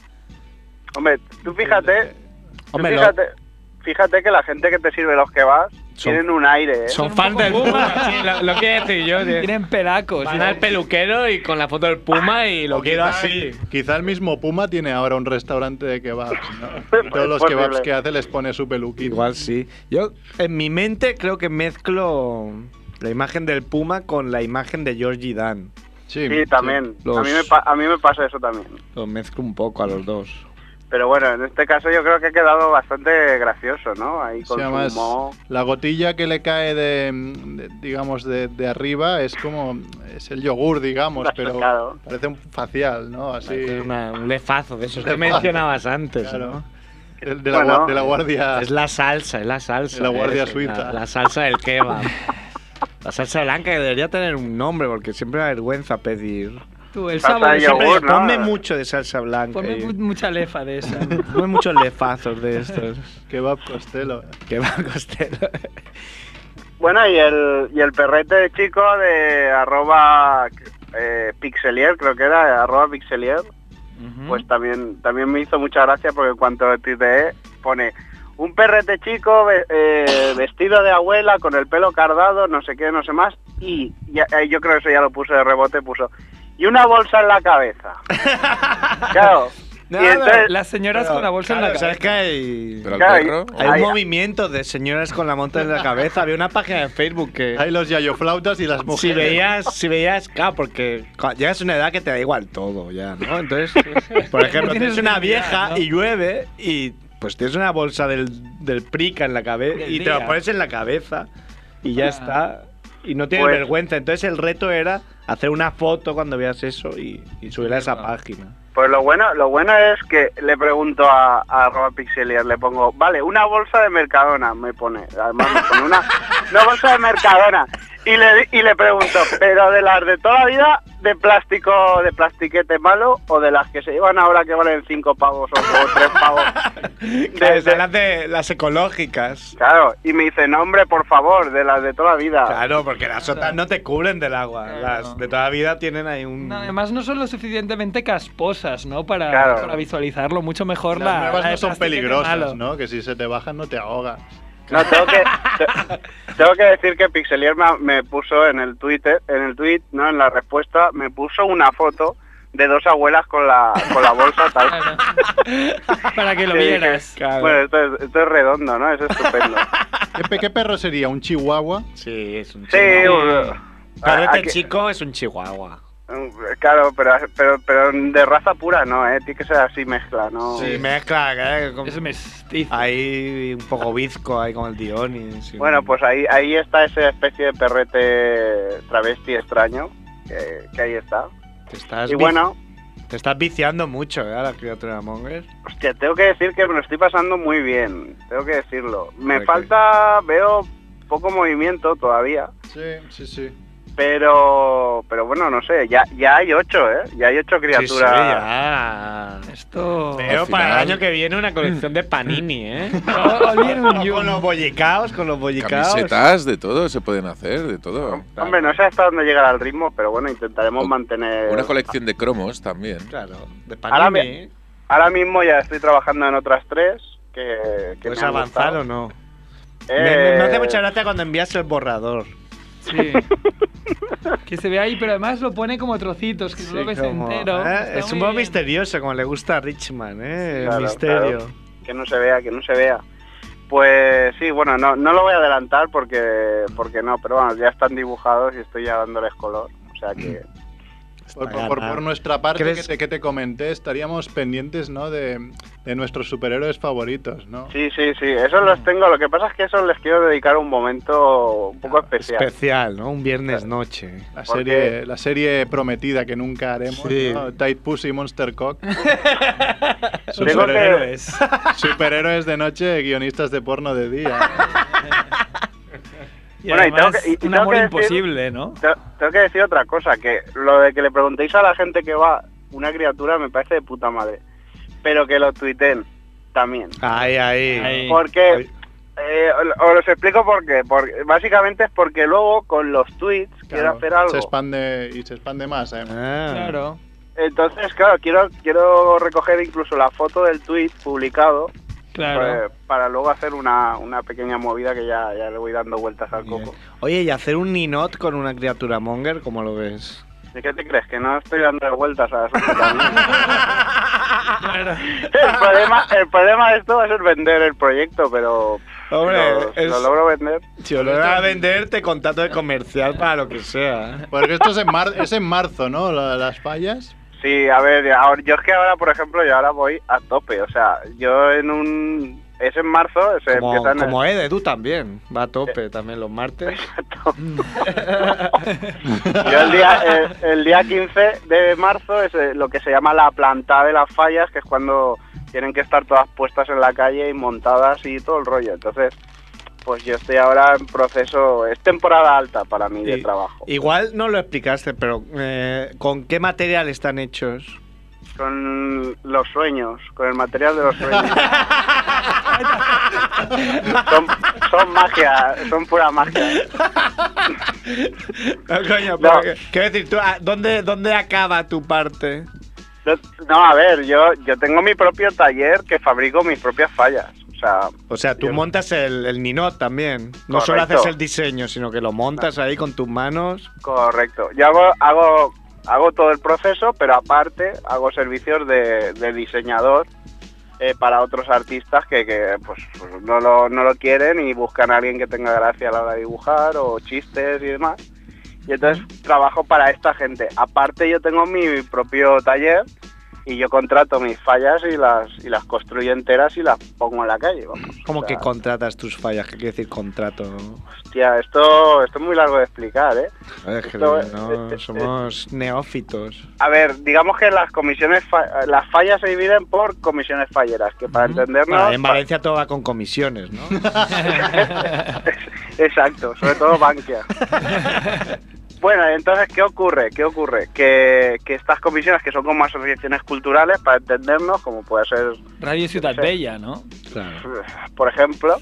S11: Hombre, tú fíjate, tú
S4: Hombre, lo-
S11: fíjate, fíjate que la gente que te sirve los kebabs
S5: Son-
S11: tienen un aire. ¿eh?
S5: son fan del Puma. Sí, lo, lo quiero decir yo. tío.
S8: Tienen pelacos.
S5: Van al peluquero y con la foto del Puma y lo quiero así.
S4: Quizá el mismo Puma tiene ahora un restaurante de kebabs. ¿no? Y Todos los
S3: posible.
S4: kebabs que hace les pone su peluquín.
S3: Igual sí. Yo en mi mente creo que mezclo la imagen del Puma con la imagen de Georgie Dan.
S11: Sí, también. A, mí me pa- a mí me pasa eso también.
S3: Los mezclo un poco a los dos.
S11: Pero bueno, en este caso yo creo que ha quedado bastante gracioso, ¿no? Ahí
S4: O
S11: con
S4: sea,
S11: su
S4: más
S11: humor.
S4: la gotilla que le cae de, mm, de- digamos, de, de arriba es como, es el yogur, digamos,
S11: Lo has
S4: pero
S11: sacado.
S4: parece un facial, ¿no? Así.
S10: un lefazo de esos que
S4: Lefazo.
S10: mencionabas antes.
S4: Claro.
S10: ¿no?
S4: El de la Bueno. guar- de la guardia-
S10: Es la salsa, es la salsa.
S4: De
S3: eh,
S4: la guardia
S10: es
S4: suiza.
S10: La, la salsa del kebab.
S3: La salsa blanca que debería tener un nombre porque siempre me da vergüenza pedir.
S8: Tú, el
S3: Siempre
S8: sábado.
S3: digo,
S8: siempre-
S3: Ponme mucho de salsa blanca.
S8: Ponme
S3: y-
S8: mu- mucha lefa de esa.
S3: Ponme muchos lefazos de estos.
S4: Kebab costelo.
S3: Kebab costelo.
S11: Bueno, y el, y el perrete chico de arroba eh, pixelier, creo que era, arroba pixelier, pues también, también me hizo mucha gracia porque en cuanto tuiteé pone un perrete chico ve- eh, vestido de abuela con el pelo cardado, no sé qué, no sé más, y ya- eh, yo creo que eso ya lo puso de rebote, puso, y una bolsa en la cabeza. claro.
S3: No,
S11: y
S3: no,
S11: entonces,
S8: Las señoras
S3: Pero,
S8: con la bolsa en
S3: claro,
S8: la
S3: ¿sabes
S8: cabeza.
S3: que hay,
S6: Pero al
S3: Claro, hay-
S6: perro,
S3: hay,
S11: hay-
S3: un movimiento de señoras con la monta en la cabeza. Había una página de Facebook que...
S4: Hay los yayoflautas y las mujeres.
S3: Si veías, si veías, claro, porque cua- llegas a una edad que te da igual todo ya, ¿no? Entonces, por ejemplo,
S8: Tienes
S3: tienes una
S8: dignidad,
S3: vieja
S8: ¿no?
S3: y llueve y pues tienes una bolsa del, del prica en la cabeza
S8: Del
S3: y te la
S8: día.
S3: pones en la cabeza y ya
S8: Ah.
S3: está. Y no tienes
S11: Pues-
S3: vergüenza. Entonces el reto era hacer una foto cuando veas eso y, y subirla a esa página.
S11: Pues lo bueno, lo bueno es que le pregunto a, a arroba Pixelier, le pongo, vale, una bolsa de Mercadona, me pone, además me pone una, una bolsa de Mercadona. Y le, y le pregunto, ¿pero de las de toda la vida, de plástico, de plastiquete malo, o de las que se llevan ahora que valen cinco pavos o, o tres pavos?
S3: Claro,
S11: De-
S3: Ah, están
S11: de-
S3: las, de, las ecológicas.
S11: claro, y me dice, no hombre, por favor, de las de toda la vida.
S3: Claro, porque las otras Ah, no te cubren del agua. Las de toda la vida tienen ahí un...
S8: No, además no son lo suficientemente casposas, ¿no? Para,
S11: Claro.
S8: para visualizarlo mucho mejor
S4: Las
S8: la,
S4: nuevas
S8: la de
S4: no son
S8: plastiquete
S4: peligrosas,
S8: malo.
S4: ¿no? Que si se te bajan no te ahoga.
S11: No, tengo que, te- tengo que decir que Pixelier me, me puso en el Twitter, en el tweet, ¿no? En la respuesta, me puso una foto de dos abuelas con la, con la bolsa tal.
S8: Para que lo
S11: Sí, que-
S8: vieras.
S11: Bueno, esto es, esto es redondo, ¿no? Es estupendo.
S4: ¿Qué, pe- qué perro sería? ¿Un chihuahua?
S3: Sí, es un
S11: Sí,
S3: chihuahua.
S11: bueno.
S3: Pero
S11: Ah,
S3: este
S11: aquí- uh,
S3: chico es un chihuahua.
S11: Claro, pero, pero, pero de raza pura no, ¿eh? Tiene que ser así mezcla, ¿no?
S3: Sí, mezcla, ¿eh? Con-
S8: Es mestizo.
S3: Ahí un poco bizco, ahí con el Dionis. y-
S11: Bueno, pues ahí, ahí está esa especie de perrete travesti extraño, que, que ahí está.
S3: Te estás,
S11: Y
S3: vic-
S11: bueno,
S3: te estás viciando mucho, ¿eh? A la criatura Monger.
S11: Hostia, tengo que decir que me lo estoy pasando muy bien, tengo que decirlo. Me
S3: Ok.
S11: falta, veo poco movimiento todavía,
S4: Sí, sí, sí.
S11: pero pero bueno, no sé, ya ya hay ocho, ¿eh? Ya hay ocho criaturas.
S10: Sí, sí, ya.
S8: Esto.
S10: Veo
S6: Al
S10: para
S6: final-
S10: el año que viene una colección de panini, ¿eh?
S3: con los bollicaos, con los bollicaos.
S6: Camisetas, de todo, se pueden hacer, de todo.
S11: Hombre, no sé hasta dónde llegará el ritmo, pero bueno, intentaremos
S6: O-
S11: mantener...
S6: Una colección de cromos también.
S3: Ah, Claro, de
S11: Ahora
S3: Panini.
S11: me- Ahora mismo ya estoy trabajando en otras tres que... que
S3: ¿Puedes
S11: me han
S3: avanzar
S11: gustado.
S3: o no? Me,
S11: Eh,
S3: me- me hace mucha gracia cuando envías el borrador.
S8: Sí. que se ve ahí, pero además lo pone como trocitos, que no lo ves
S3: como,
S8: entero.
S3: ¿eh?
S8: Está
S3: Es un
S8: muy
S3: poco
S8: bien.
S3: misterioso, como le gusta a Richman, ¿eh?
S11: claro,
S3: el misterio.
S11: claro. que no se vea, que no se vea. Pues sí, bueno, no, no lo voy a adelantar porque, porque no, pero bueno, ya están dibujados y estoy ya dándoles color. O sea que...
S4: Por,
S3: Está
S4: por-
S3: raro.
S4: por nuestra parte, que
S3: ¿Crees-
S4: te, que te comenté, estaríamos pendientes ¿no? de, de nuestros superhéroes favoritos, ¿no?
S11: Sí, sí, sí, esos los tengo. Lo que pasa es que esos les quiero dedicar un momento un poco especial.
S3: Especial, ¿no? Un viernes noche.
S4: La
S11: ¿Por
S4: serie, la serie prometida que nunca haremos, ¿no? Tight Pussy Monster Cock.
S11: Tengo que,
S4: superhéroes de noche, guionistas de porno de día.
S8: Y
S11: Bueno, y tengo
S8: además,
S11: que- y- y
S8: un
S11: tengo
S8: amor
S11: que decir-
S8: imposible, ¿no?
S11: te- tengo que decir otra cosa, que lo de que le preguntéis a la gente que va una criatura me parece de puta madre, pero que lo tuiten también.
S3: Ay, ay.
S8: Ahí.
S11: Porque,
S3: Ay.
S11: eh, os os explico por qué. Porque, básicamente es porque luego con los tweets quiero
S4: Claro,
S11: hacer algo.
S4: Se expande y se expande más, ¿eh? además.
S3: Ah.
S8: Claro.
S11: Entonces, claro, quiero, quiero recoger incluso la foto del tweet publicado
S8: Claro.
S11: pues, para luego hacer una, una pequeña movida que ya, ya le voy dando vueltas al coco.
S3: Oye, ¿y hacer un ninot con una criatura monger? ¿Cómo lo ves?
S11: ¿De qué te crees? Que no estoy dando vueltas a las el, problema, el problema de esto va a ser vender el proyecto, pero
S3: Hombre,
S11: lo,
S3: es-
S11: lo logro vender.
S3: Si lo logras vender, te contrato de comercial para lo que sea. ¿eh?
S4: Porque esto es en, mar- es en marzo, ¿no? La- las fallas.
S11: Sí, a ver, ahora, yo es que ahora, por ejemplo, yo ahora voy a tope. O sea, yo en un... Es en marzo, se
S3: Como,
S11: empiezan...
S3: como Ede, tú también. Va a tope también los martes.
S11: Yo el día, el, el día 15 de marzo es eh, lo que se llama la plantada de las fallas, que es cuando tienen que estar todas puestas en la calle y montadas y todo el rollo. Entonces, pues yo estoy ahora en proceso, es temporada alta para mí de
S3: Y-
S11: trabajo.
S3: Igual no lo explicaste, pero eh, ¿con qué material están hechos?
S11: Con los sueños, con el material de los sueños. son, son magia, son pura magia.
S3: No, Ah, coño,
S11: No.
S3: pero que- quiero decir, tú, ah, ¿dónde, ¿dónde acaba tu parte?
S11: No, a ver, yo, yo tengo mi propio taller que fabrico mis propias fallas. O sea,
S3: O sea, tú montas el, el ninot también. No solo
S11: Correcto.
S3: haces el diseño, sino que lo montas ahí con tus manos.
S11: Correcto. Yo hago, hago, hago todo el proceso, pero aparte hago servicios de, de diseñador eh, para otros artistas que, que, pues, pues, no, lo, no lo quieren y buscan a alguien que tenga gracia a la hora de dibujar o chistes y demás. Y entonces trabajo para esta gente. Aparte yo tengo mi propio taller y yo contrato mis fallas y las, y las construyo enteras y las pongo en la calle. Vamos.
S3: ¿Cómo
S11: O
S3: que
S11: sea,
S3: contratas tus fallas? ¿Qué quiere decir contrato?
S11: hostia, esto, esto es muy largo de explicar, ¿eh?
S3: Joder, que
S11: Esto-
S3: no, somos neófitos.
S11: A ver, digamos que las comisiones, fa- las fallas se dividen por comisiones falleras, que para entendernos...
S3: Bueno, en Valencia todo va con comisiones, ¿no?
S11: Exacto, sobre todo Bankia. bueno, entonces, ¿qué ocurre? ¿Qué ocurre? Que, que estas comisiones, que son como asociaciones culturales, para entendernos, como puede ser
S8: Radio Ciudad Bella, ¿no?
S3: Claro.
S11: por ejemplo.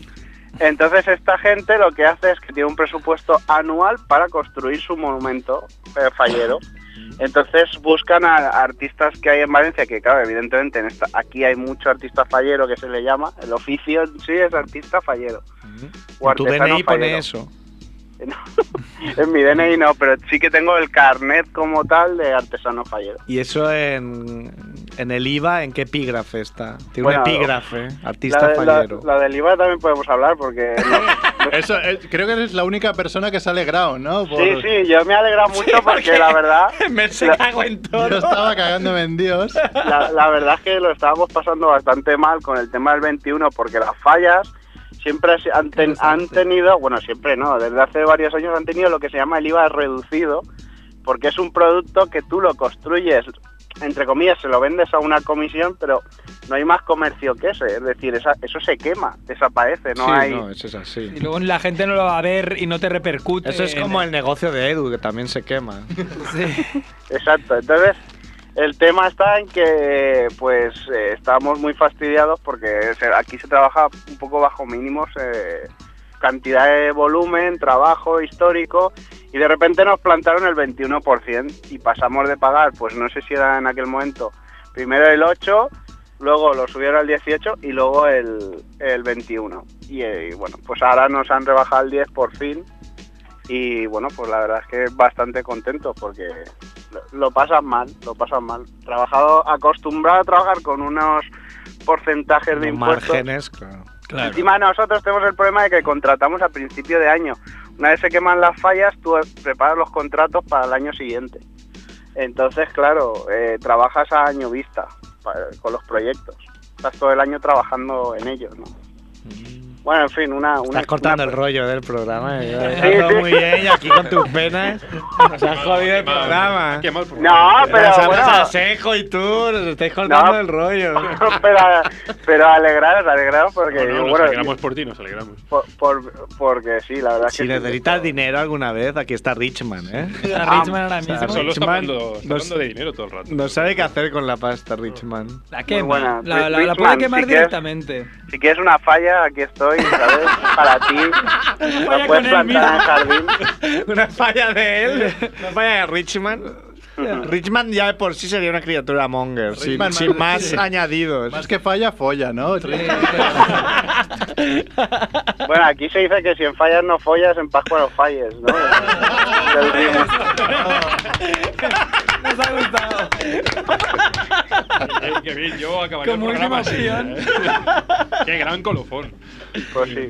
S11: Entonces esta gente lo que hace es que tiene un presupuesto anual para construir su monumento eh, fallero. Entonces buscan a artistas que hay en Valencia, que claro, evidentemente en esta- aquí hay mucho artista fallero que se le llama, el oficio en sí es artista fallero. O
S3: tu
S11: artesano
S3: DNI pone
S11: fallero.
S3: eso.
S11: En mi DNI no, pero sí que tengo el carnet como tal de artesano fallero.
S3: ¿Y eso en, en el IVA en qué epígrafe está? Tiene
S11: Bueno,
S3: un epígrafe,
S11: la,
S3: artista
S11: de- la-
S3: fallero.
S11: la del IVA también podemos hablar porque...
S4: Eso, eh, creo que eres la única persona que se ha alegrado, ¿no? Por-
S11: Sí, sí, yo me he alegrado mucho porque, la verdad...
S3: Me
S11: la-
S4: Yo estaba cagándome en Dios.
S11: la, la verdad es que lo estábamos pasando bastante mal con el tema del 21 porque las fallas siempre se- han, ten- han tenido, bueno, siempre no, desde hace varios años han tenido lo que se llama el IVA reducido porque es un producto que tú lo construyes, entre comillas, se lo vendes a una comisión, pero no hay más comercio que ese, es decir, esa- eso se quema, desaparece, no
S3: sí,
S11: hay...
S3: no, eso es así.
S8: Y luego la gente no lo va a ver y no te repercute.
S3: Eso es
S8: en
S3: como el negocio de Edu, que también se quema.
S11: Exacto, entonces el tema está en que pues eh, estábamos muy fastidiados porque se- aquí se trabaja un poco bajo mínimos, eh, cantidad de volumen, trabajo histórico y de repente nos plantaron el 21% y pasamos de pagar, pues no sé si era en aquel momento, primero el 8, luego lo subieron al 18 y luego el, el 21. Y, eh, y bueno, pues ahora nos han rebajado el 10 por fin y bueno, pues la verdad es que bastante contento porque lo- lo pasan mal, lo pasan mal. Trabajado, acostumbrado a trabajar con unos porcentajes de
S3: Los
S11: impuestos.
S3: márgenes, claro.
S11: Encima nosotros tenemos el problema de que contratamos a principio de año. Una vez se queman las fallas, tú preparas los contratos para el año siguiente. Entonces, claro, eh, trabajas a año vista para- con los proyectos. Estás todo el año trabajando en ellos, ¿no?
S3: Mm.
S11: Bueno, en fin, una... una
S3: Estás cortando el rollo del programa. eh.
S11: Sí, sí.
S3: Hazlo muy bien y aquí con tus penas. Se ha jodido el programa.
S11: No, pero
S3: Nos han
S11: bueno.
S3: Sasejo y tú, nos estáis cortando
S11: No.
S3: el rollo.
S11: pero, pero alegraros, alegraros porque...
S2: Bueno, nos
S11: bueno,
S2: alegramos por ti, nos alegramos.
S11: por- por- porque sí, la verdad es
S3: Si
S11: que... sí.
S3: necesitas dinero alguna vez, aquí está Richman, ¿eh?
S8: la Richman ahora
S3: O sea,
S2: Solo
S8: mismo.
S2: está
S3: Richman
S2: hablando, está
S3: no
S2: hablando
S3: s-
S2: de dinero todo el rato.
S3: No sabe qué hacer con la pasta, Richman.
S8: La
S11: Muy
S8: quema.
S11: buena.
S8: La, la,
S11: Rich-
S8: la puede
S11: Richman,
S8: quemar
S11: si quieres-
S8: directamente.
S11: Si quieres una falla, aquí estoy, ¿sabes? Para ti. La puedes
S8: con él
S11: plantar en el jardín.
S3: Una falla de él, una falla de Richman. Richman ya de por sí sería una criatura monger, sin,
S4: Richman
S3: sin más añadidos.
S4: Más que falla, folla, ¿no?
S11: Bueno, aquí se dice que si en fallas no follas, en Pascua no falles, ¿no? Del ritmo.
S8: Nos ha gustado.
S2: Qué bien, yo acabaría
S8: Como
S2: el programa
S8: última
S2: así, ¿eh? Qué gran colofón.
S11: Pues sí,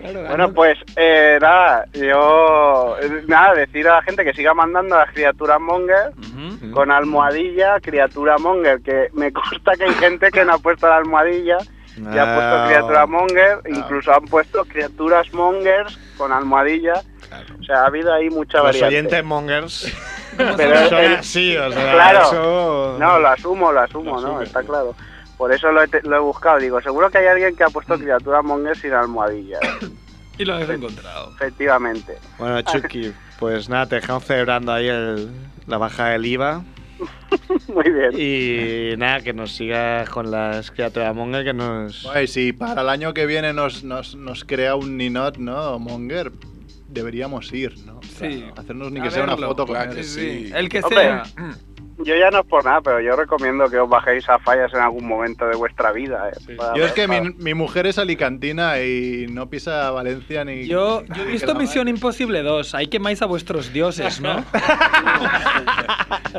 S11: Bueno, pues eh, nada, yo. eh, Nada, decir a la gente que siga mandando a las criaturas monger
S8: Mm.
S11: con almohadilla, criatura monger, que me consta que hay gente que no ha puesto la almohadilla. Y
S7: pues,
S11: ha puesto
S3: No.
S11: criatura
S3: Ah.
S11: monger, incluso han puesto criaturas mongers con almohadilla. O sea, ha habido ahí mucha
S3: Los
S11: variante.
S3: oyentes mongers
S11: Pero
S3: son
S11: el-
S3: así, o sea,
S11: Claro.
S3: eso-
S11: No, lo asumo, lo asumo, ¿no? Está claro. Por eso lo he, te- lo he buscado. Digo, seguro que hay alguien que ha puesto criatura monger sin almohadilla.
S8: Y lo has encontrado.
S11: Efectivamente.
S3: Bueno, Chucky, pues nada, te dejamos celebrando ahí el- la baja del IVA.
S11: Muy bien.
S3: Y nada, que nos sigas con las criaturas monger que nos...
S4: Oye, si para el año que viene nos, nos, nos crea un Ninot, ¿no? Monger, deberíamos ir, ¿no?
S8: Sí.
S4: Hacernos ni
S8: A
S4: que sea una
S8: verlo.
S4: foto con
S8: Claro
S4: él.
S8: que sí. El que
S11: Hombre,
S8: sea.
S11: Yo ya no es por nada, pero yo recomiendo que os bajéis a fallas en algún momento de vuestra vida. eh, para-
S4: Yo es que mi,
S11: para-
S4: mi mujer es alicantina y no pisa Valencia ni...
S8: Yo, yo he
S4: ni
S8: visto
S4: que la
S8: Misión Imposible 2. Ahí quemáis a vuestros dioses, ¿no? Ah,
S4: madre. No,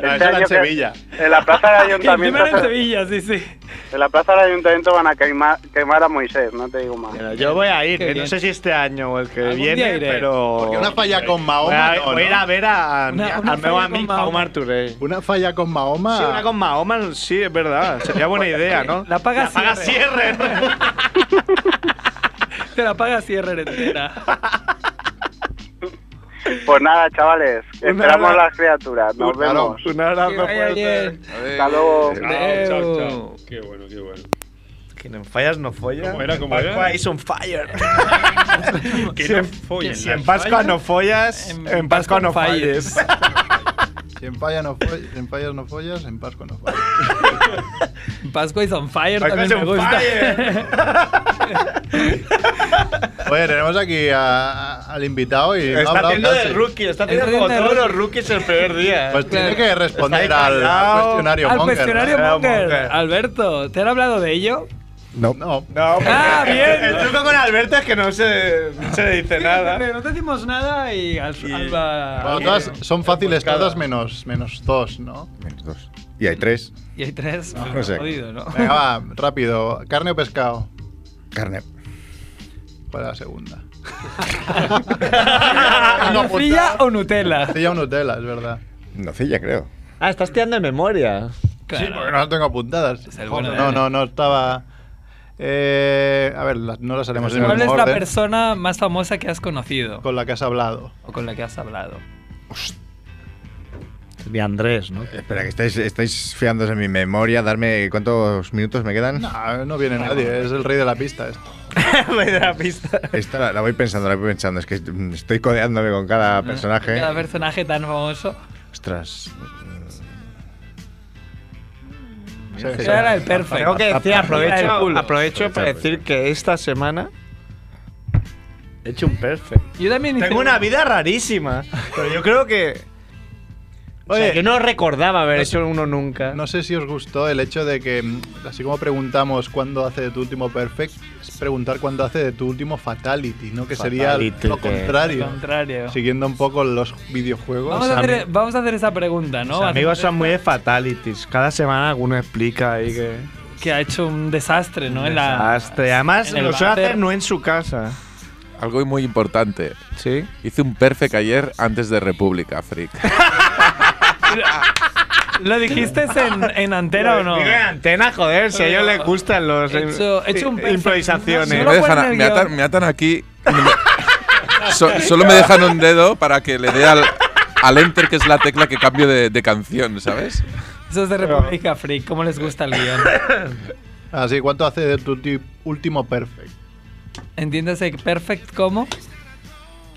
S11: Este
S4: eso era en
S11: año que-
S4: Sevilla.
S11: En la plaza del ayuntamiento.
S8: Primero en Sevilla, sí, sí.
S11: en la plaza del ayuntamiento van a queimar, queimar a Moisés, no te digo más.
S3: Pero Yo voy a ir,
S8: Qué
S3: que
S8: bien.
S3: no sé si este año o el que
S8: Algún día
S3: viene,
S8: iré.
S3: pero...
S4: Porque una falla con
S3: Voy
S4: Mahoma
S3: a,
S4: no,
S3: voy a ir
S4: ¿no?
S3: a ver a,
S8: Una-
S3: a
S8: una
S3: meu
S8: falla
S3: amic
S8: con Mahoma.
S3: Omar Touré.
S4: Una falla con Mahoma...
S3: Sí, una con Mahoma, sí, es verdad. Sería buena idea, ¿no?
S8: La paga
S3: Paga
S8: cierre.
S3: cierre.
S8: Te la paga cierre entera.
S11: Pues nada, chavales,
S3: Una-
S11: esperamos las criaturas. Nos
S3: Un-
S11: vemos.
S3: Un abrazo
S8: Que vaya
S3: fuerte.
S8: bien.
S11: Hasta luego.
S2: Chao, chao, chao. Qué bueno, qué bueno.
S3: Que no fallas, no follas.
S2: ¿Cómo era, cómo era?
S3: Pascua is on fire.
S2: Que
S3: Si
S2: no
S3: en-
S2: follen
S3: si
S2: las
S3: en Pascua
S2: fallas.
S3: no follas,
S8: En
S3: en,
S8: Pascua
S3: Pascua
S8: no
S3: no falles.
S4: Si en, falla no follas, si en fallas no follas, en Pascua no follas.
S8: Pascua is on fire
S3: Pascua is
S8: también me
S3: on
S8: gusta.
S3: fire.
S4: Oye, tenemos aquí a- a- al invitado y no ha
S3: Está
S4: hablado
S3: haciendo de
S4: casi.
S3: rookie, está haciendo
S8: Está
S3: como
S8: haciendo
S3: todos
S8: de
S3: los rookies el primer día.
S4: Pues tiene
S8: Claro.
S4: que responder
S3: Está ahí
S4: al,
S3: callado.
S4: al cuestionario
S8: Al
S4: Monger.
S8: cuestionario
S4: ¿no?
S3: Era
S8: Monger.
S3: Monger.
S8: Alberto, ¿te han hablado de ello?
S4: No. no.
S3: No, porque
S8: Ah, bien.
S3: El truco con Alberto es que no se, no se dice nada.
S8: Pero no te decimos nada y Alf-
S3: Y-
S8: Alba-
S4: Bueno, todas son fáciles todas menos, menos dos, ¿no?
S9: Menos dos. Y hay tres.
S8: Y hay tres.
S9: No,
S4: pues,
S9: no sé.
S8: Jodido, ¿no?
S4: Venga, va, rápido. ¿Carne o pescado?
S9: Carne.
S4: Para la segunda.
S3: pues
S8: ¿Nocilla o Nutella?
S4: Nocilla o Nutella, es verdad.
S9: Nocilla, creo.
S3: Ah, estás tirando de memoria.
S8: Claro.
S4: Sí, porque no las tengo apuntadas.
S8: Es el
S4: Joder,
S8: bueno,
S4: no,
S8: ¿eh?
S4: no, no estaba. Eh, a ver, las- no las haremos en el
S8: ¿Cuál es
S4: mismo
S8: la
S4: orden
S8: persona más famosa que has conocido
S4: con la que has hablado.
S8: o con la que has hablado?
S3: De Andrés, ¿no?
S9: Espera, que estáis, estáis fiándose en mi memoria. Darme cuántos minutos me quedan.
S4: No, no viene nadie, es el rey de la pista. Esto.
S3: Me da la pista.
S9: Esta la, la voy pensando, la voy pensando. Es que mm, estoy codeándome con cada personaje.
S8: Cada personaje tan famoso.
S9: Ostras.
S4: Mm. Sí, sí.
S8: Era la del perfecto.
S3: Tengo que decir,
S8: El
S3: aprovecho,
S8: culo.
S3: aprovecho para decir que esta semana he hecho un perfect.
S8: Yo también hice
S3: Tengo una vida rarísima, pero yo creo que. o sea,
S4: Oye.
S3: yo no recordaba haber hecho uno nunca.
S4: No sé si os gustó el hecho de que, mm, así como preguntamos cuándo hace de tu último perfect, es preguntar cuándo hace de tu último fatality, ¿no? Que
S3: Fatality,
S4: sería lo
S3: que-
S8: al
S4: contrario.
S8: contrario.
S4: Siguiendo un poco los videojuegos.
S8: Vamos a,
S4: Sam-
S8: hacer, vamos a hacer esa pregunta, ¿no?
S3: Mis amigos son muy de fatalities. Cada semana alguno explica ahí que.
S8: Que ha hecho un desastre, ¿no? En la...
S3: Desastre. Además,
S8: en el
S3: lo suele
S8: váter.
S3: hacer no en su casa.
S6: Algo muy importante.
S3: Sí.
S6: Hice un perfect ayer antes de República, freak.
S8: ¿Lo dijiste en, en antena o no?
S3: Digo en antena, joder, si a ellos les gustan los
S8: He hecho- he hecho un
S3: im-
S8: perfect.
S6: Si
S3: improvisaciones.
S8: No
S6: me,
S8: lo
S6: dejan
S8: ponen
S6: a-
S8: en el
S6: me atan,
S8: guión.
S6: me atan aquí. y me- So- solo me dejan un dedo para que le dé al, al enter, que es la tecla que cambio de, de canción, ¿sabes?
S8: Eso es de República Freak. ¿Cómo les gusta el guión?
S4: Ah, sí, ¿cuánto hace de tu ti- último perfect?
S8: Entiéndase, perfect como.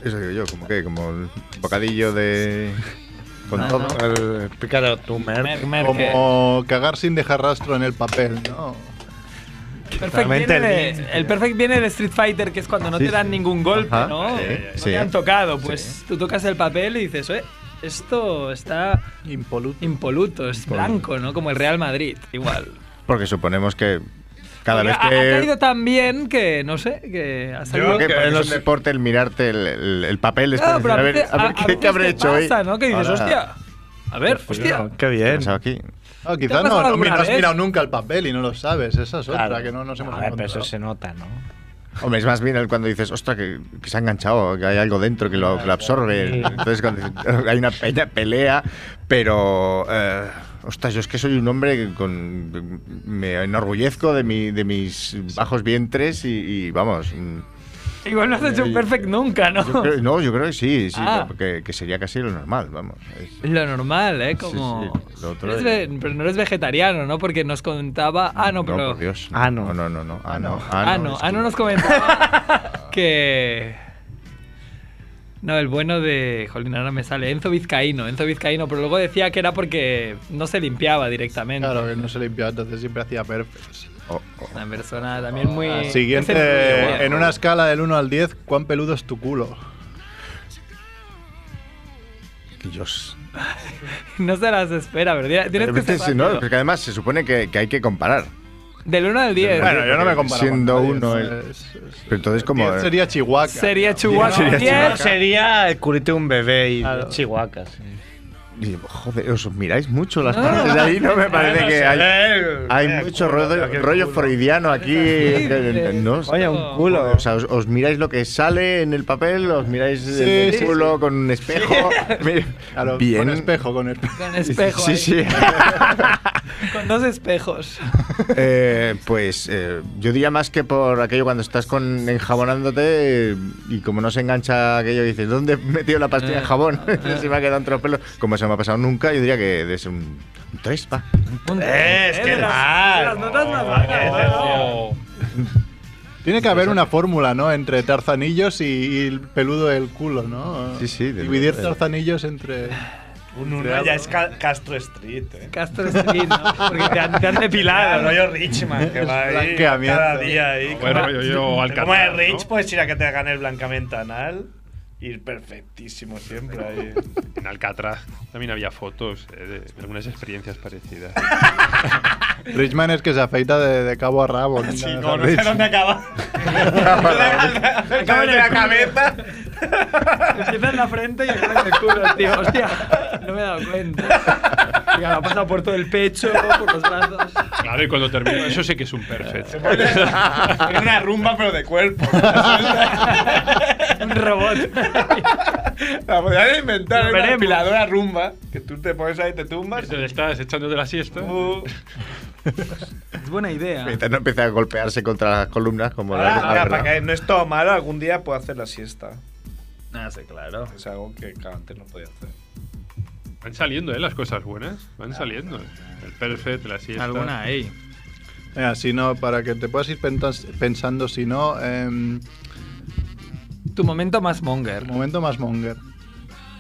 S9: Eso digo yo, como que, como el bocadillo de. Con
S8: No,
S9: todo.
S8: no.
S3: El- Explícalo tú, Mer.
S8: Mer- Mer- que-
S4: Como cagar sin dejar rastro en el papel, ¿no?
S8: Perfect
S3: Totalmente
S8: viene de-
S3: el
S8: el perfect viene de Street Fighter, que es cuando no
S9: Sí,
S8: te dan
S9: sí.
S8: ningún golpe,
S9: Ajá,
S8: ¿no?
S9: sí,
S8: no
S9: sí.
S8: te han tocado. Pues tú tocas el papel y dices, eh, esto está
S4: impoluto,
S8: es blanco, ¿no? Como el Real Madrid, igual.
S9: Porque suponemos que cada vez
S8: Ha, ha
S9: que.
S8: caído tan bien que, no sé, que ha salido...
S9: Porque es un deporte el mirarte el, el- el papel. es
S8: Ah,
S9: para
S8: pero
S9: decir, a ver,
S8: veces-
S9: a ver
S8: a- a
S9: qué, qué
S8: veces
S9: habré
S8: te
S9: hecho hoy.
S8: pasa, ¿no? Que dices,
S9: Ahora-
S8: hostia, a ver, hostia.
S9: Qué bien. aquí?
S4: Ah,
S8: ¿Te ha
S4: quizás
S8: pasado
S4: no, no,
S8: alguna
S4: no has
S8: vez?
S4: mirado nunca el papel y no lo sabes. Esa es otra que no nos hemos
S3: A ver, pero
S4: encontrado.
S3: eso se nota, ¿no?
S9: Hombre, es más bien el cuando dices, ostra, que, que se ha enganchado, que hay algo dentro que lo, que lo absorbe. Entonces cuando dices, "Oh, hay una pequeña pelea, pero. eh, ostras, yo es que soy un hombre que con. Me enorgullezco de, mi, de mis bajos vientres y, y vamos. mm,
S8: Igual no has hecho un perfect nunca, Ah, ¿no?
S9: yo creo- no, yo creo que sí, sí
S8: Ah.
S9: no, que, que sería casi lo normal, vamos. Es-
S8: Lo normal, ¿eh? Como...
S9: sí, lo otro
S8: Eres
S9: es-
S8: ve- pero no eres vegetariano, ¿no? Porque nos contaba... Ah, no,
S9: No,
S8: pero...
S9: por Dios. Ah, no. No, no, no. Ah, no.
S8: Ah, no,
S9: es
S8: ah, no nos comentaba que... No, el bueno de... Jolín, ahora me sale. Enzo Vizcaíno, Enzo Vizcaíno. Pero luego decía que era porque no se limpiaba directamente.
S4: Claro, que no se limpiaba, entonces siempre hacía perfectos.
S9: Oh,
S8: Una persona también muy...
S4: Ah, Siguiente,
S8: es el-
S4: en una escala del 1 al 10, ¿cuán peludo es tu culo?
S9: que Dios.
S8: No se las espera, pero tira- tienes
S9: Pero
S8: que
S9: viste, sí,
S8: ser
S9: no,
S8: rápido.
S9: porque además se supone que, que hay que comparar.
S8: Del 1 al 10.
S9: Bueno, yo no me comparo Siendo con nadie, uno, es-
S4: el-
S9: Pero entonces como... eh,
S4: Diez sería Chihuahua.
S8: Sería Chihuahua.
S4: Sería
S8: Diez.
S3: Sería el culito de un bebé y
S4: Claro.
S3: chihuacas.
S9: Y, joder, os miráis mucho las
S3: No,
S9: partes de ahí, no me parece
S3: no
S9: que
S3: sé.
S9: hay,
S3: Eh,
S9: hay
S3: eh,
S9: mucho
S3: culo,
S9: rollo,
S3: pero qué
S9: rollo
S3: culo.
S9: freudiano aquí. que-
S3: sí,
S9: no,
S3: Oye, un culo.
S9: O sea, os, os miráis lo que sale en el papel, os miráis el
S4: sí,
S9: culo con un espejo. Mira,
S4: Claro,
S9: bien.
S4: Con espejo, con espejo.
S8: Con espejo
S9: Sí,
S8: ahí.
S9: sí.
S8: Con dos espejos.
S9: Eh, pues eh, yo diría más que por aquello cuando estás con enjabonándote eh, y como no se engancha aquello dices, ¿dónde he metido la pastilla
S3: Eh,
S9: de jabón? se me ha quedado entre los pelos. Como eso no me ha pasado nunca, yo diría que debe ser un, un 3, va.
S3: Es que mal.
S4: Tiene que haber una fórmula, ¿no? Entre tarzanillos y, y el peludo del culo, ¿no?
S9: Sí, sí, de-
S4: Dividir
S9: de-
S4: tarzanillos entre.
S3: Un uno ya es Ca- Castro Street, ¿eh?
S8: Castro Street, ¿no? Porque te han, te han
S3: Claro,
S8: depilado.
S3: rollo Richman, que va ahí
S4: Blanqueamiento.
S3: cada día ahí.
S2: Bueno,
S3: Como-
S2: rollo yo
S3: Pero Como es
S2: Alcatraz,
S3: Rich,
S2: ¿no?
S3: puedes ir a que te hagan el blancamiento anal. Ir perfectísimo siempre ahí.
S2: En Alcatraz también había fotos eh, de, de algunas experiencias parecidas.
S4: Richman es que se afeita de, de cabo a rabo. ni
S3: Sí,
S4: nada,
S3: no, no
S4: Rich.
S3: sé dónde acaba. Acaba en la cabeza.
S8: Empieza en la frente y acaba en el culo, tío. Hostia, no me he dado cuenta. Mira, lo ha pasado por todo el pecho, por los brazos.
S2: Claro, y cuando termino, eso sí que es un perfect.
S3: Es una rumba, pero de cuerpo.
S8: Un robot.
S3: La podrían inventar.
S8: Lo
S3: Una
S8: veremos.
S3: depiladora rumba. Que tú te pones ahí, te tumbas.
S2: Entonces estás echándote la siesta.
S3: Uh,
S8: Es buena idea.
S9: Mientras no empiece a golpearse contra las columnas como
S3: ahora,
S9: la
S3: ahora,
S9: oreja,
S3: para
S9: ¿verdad?
S3: que no es todo malo, algún día puedo hacer la siesta.
S8: Ah, sí, claro.
S3: Es algo que claro, antes no podía hacer.
S2: Van saliendo, ¿eh? Las cosas buenas. Van saliendo. El perfect, la siesta.
S8: Alguna ahí.
S4: Mira, si no, para que te puedas ir pentas- pensando, si no, em,
S8: Tu momento más monger.
S4: momento más monger.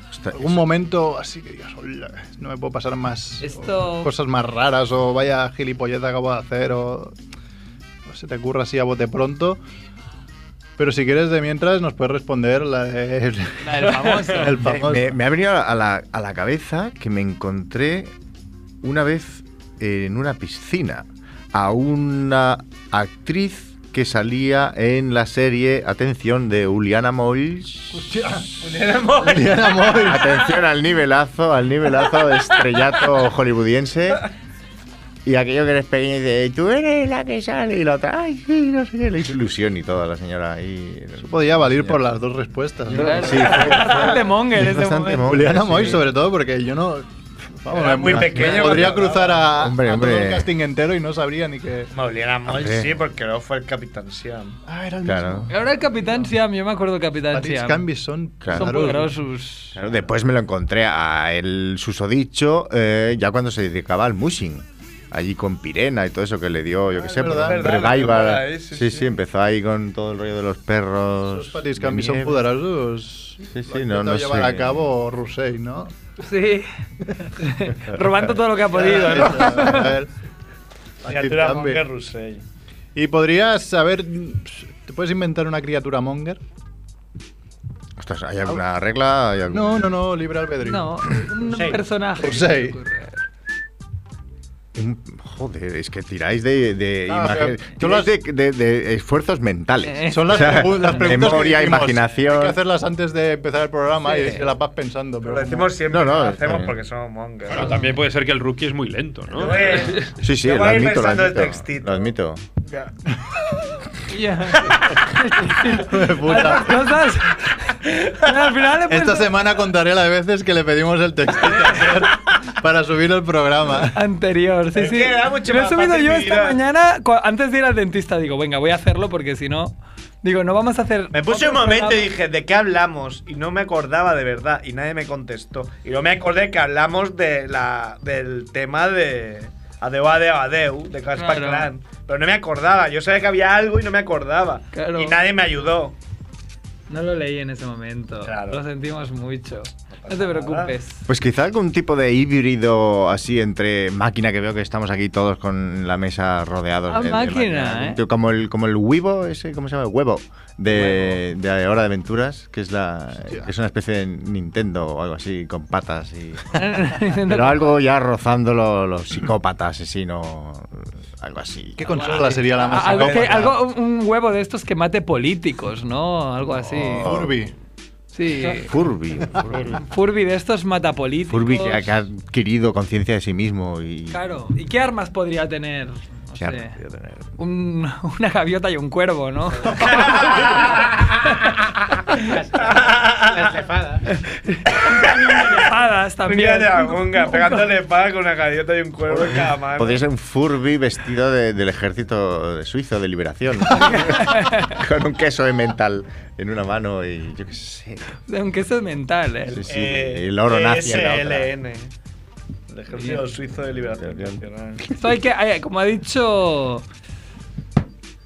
S9: Hostia,
S4: Algún momento así que digas, "Hola, no me puedo pasar más
S8: Esto-
S4: o cosas más raras o vaya gilipollez acabo de hacer o, o se te ocurra así a bote pronto. Pero si quieres de mientras nos puedes responder la de-
S8: La del famoso.
S4: el famoso.
S9: Me, me ha venido a la, a la cabeza que me encontré una vez en una piscina a una actriz que salía en la serie, atención, de Juliana Moyles.
S4: Juliana Moore.
S9: Atención al nivelazo, al nivelazo de estrellato hollywoodiense. Y aquello que eres pequeño y dice, tú eres la que sale y la otra, ay, sí, no sé qué. Le hizo ilusión y toda la señora ahí.
S4: Podía valer por las dos respuestas. ¿no?
S9: Sí, fue-
S8: Bastante monger ese momento.
S9: mono,
S4: Juliana
S9: sí.
S4: Moy, sobre todo, porque yo no. Vamos,
S3: Era
S4: me-
S3: muy
S4: me-
S3: pequeño
S4: me
S3: cuando
S4: Podría
S3: hablaba.
S4: cruzar a,
S9: Hombre,
S4: a todo
S9: hombre.
S4: el casting entero y no sabría ni que.
S3: Mauliana Moll
S9: Hombre.
S3: sí, porque luego fue el Capitán Siam.
S4: Ah, era el
S9: Claro.
S8: Ahora el Capitán Siam, yo me acuerdo del Capitán
S4: Paris
S8: Siam.
S4: Cambies son.
S9: Claro.
S8: Son
S4: caros.
S8: poderosos.
S9: Claro, después me lo encontré a el susodicho eh, ya cuando se dedicaba al mushing. Allí con Pirena y todo eso que le dio, yo
S4: Ah,
S9: que
S4: es
S9: sé,
S4: verdad,
S9: un
S4: es verdad,
S9: revival.
S3: la temporada, eh,
S9: sí,
S3: sí,
S9: sí,
S3: sí.
S9: empezó ahí con todo el rollo de los perros.
S4: Los Paris
S9: de
S4: Cambies son
S9: nieve.
S4: poderosos.
S9: Sí,
S4: Lo
S9: sí, no,
S4: intentó
S9: no
S4: llevar
S9: sé.
S4: a cabo Rusey, ¿no?
S8: Sí. Robando todo lo que ha podido,
S4: A
S8: ¿no?
S4: ver,
S3: Criatura
S4: Paris
S3: Monger
S4: Cambies.
S3: Rusey.
S4: Y podrías saber. ¿Te puedes inventar una criatura monger?
S9: Ostras, ¿hay alguna regla? ¿Hay algún-
S4: No, no, no, libre albedrío.
S8: No, un
S4: Sí.
S8: personaje.
S4: Por seis.
S9: Un- Joder, es que tiráis de, de,
S4: Ah,
S9: imagen-
S4: o sea, tú
S9: tiráis de, de- de esfuerzas mentales.
S4: Eh, Son las,
S9: O sea,
S4: pregu- las preguntas
S9: Memoria,
S4: que dijimos, Hay que
S9: imaginación.
S4: hacerlas antes de empezar el programa
S3: Sí.
S4: y te las vas pensando. Pero
S3: Lo decimos siempre,
S9: No, no,
S3: lo
S9: está
S3: hacemos
S9: bien.
S3: porque somos mongers.
S2: Bueno, también puede ser que el rookie es muy lento, ¿no?
S9: Sí, sí,
S3: Yo
S9: lo
S3: voy a ir
S9: admito, lo
S3: pensando el
S9: admito,
S3: textito.
S9: lo admito.
S8: Ya.
S4: puta.
S8: Otras cosas. Al final le he puesto-
S4: Esta semana contaré las veces que le pedimos el textito para subir el programa.
S8: Anterior, sí,
S3: Es
S8: sí.
S3: que era mucho
S8: Lo he
S3: más
S8: subido
S3: fácil
S8: yo
S3: mirar.
S8: esta mañana, cua- antes de ir al dentista, digo, venga, voy a hacerlo porque si no. Digo, no vamos a hacer.
S3: Me puse
S8: otro
S3: un momento y
S8: programa.
S3: dije, ¿de qué hablamos? Y no me acordaba de verdad y nadie me contestó. Y no me acordé que hablamos de la, del tema de Adeu, Adeu, Adeu, de Caspa
S8: Claro.
S3: Clan. Pero no me acordaba, yo sabía que había algo y no me acordaba.
S8: Claro.
S3: Y nadie me ayudó.
S8: No lo leí en ese momento.
S3: Claro.
S8: Lo sentimos mucho. No, te preocupes.
S9: Pues quizá algún tipo de híbrido así entre máquina, que veo que estamos aquí todos con la mesa rodeados.
S8: Ah, máquina, ¿eh?
S9: Algún tío- Como el, como el huevo, ese, ¿cómo se llama? Huevo. De, de Hora de Aventuras, que es, la, que es una especie de Nintendo o algo así, con patas y... Pero algo ya rozando lo, lo psicópata, asesino, algo así.
S4: ¿Qué consola sería la más
S8: Ah, algo, que-
S4: adecuada?
S8: algo- un- un huevo de estos que mate políticos, ¿no? Algo así.
S4: Oh. Furby.
S8: Sí.
S9: Furby.
S8: Furby de estos mata políticos.
S9: Furby que ha, que ha adquirido conciencia de sí mismo y...
S8: Claro. ¿Y qué armas podría tener? No
S9: se ha
S8: sé.
S9: podido tener.
S8: Un- una gaviota y un cuervo, ¿no?
S5: La estefada.
S8: Espadas también.
S3: Mira de Agunga, pegándole espada con una gaviota y un cuervo en cada mano.
S9: Podría ser un Furby vestido de- del ejército de suizo de liberación. Con un queso de mental en una mano y yo qué sé.
S8: Aunque eso es mental, ¿eh?
S9: Sí, sí,
S3: Eh,
S9: el oro nazi en la otra.
S3: SLN. El Ejército Suizo de Liberación Nacional.
S8: Esto hay que, hay- como ha dicho.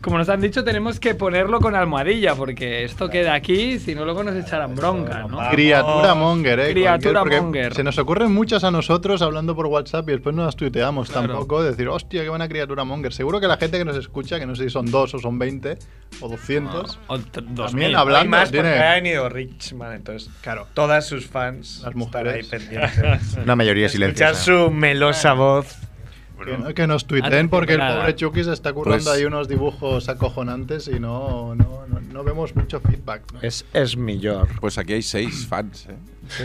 S8: Como nos han dicho, tenemos que ponerlo con almohadilla, porque esto queda aquí, si no, luego nos echarán bronca, ¿no?
S4: Criatura monger, eh. cualquier-
S8: Criatura
S4: porque
S8: monger.
S4: Se nos ocurren muchas a nosotros hablando por WhatsApp y después no las tuiteamos tampoco. Decir, hostia, qué buena criatura monger. Seguro que la gente que nos escucha, que no sé si son dos o son 20 o 200,
S8: O t- dos
S4: también
S8: mil.
S3: Hay
S4: hablando.
S3: más porque ha
S4: tiene
S3: venido Richman, entonces
S4: Claro.
S3: todas sus fans
S4: Las
S3: están ahí
S4: mujeres.
S3: pendientes.
S9: Una mayoría
S3: Escuchar
S9: silenciosa.
S3: su melosa voz.
S4: Que, no- que nos
S8: Antes
S4: tuiteen
S8: que
S4: porque el
S8: nada.
S4: pobre Chucky se está currando
S9: Pues-
S4: ahí unos dibujos acojonantes y no, no, no, no vemos mucho feedback. ¿no?
S12: Es, es mejor.
S6: Pues aquí hay seis fans,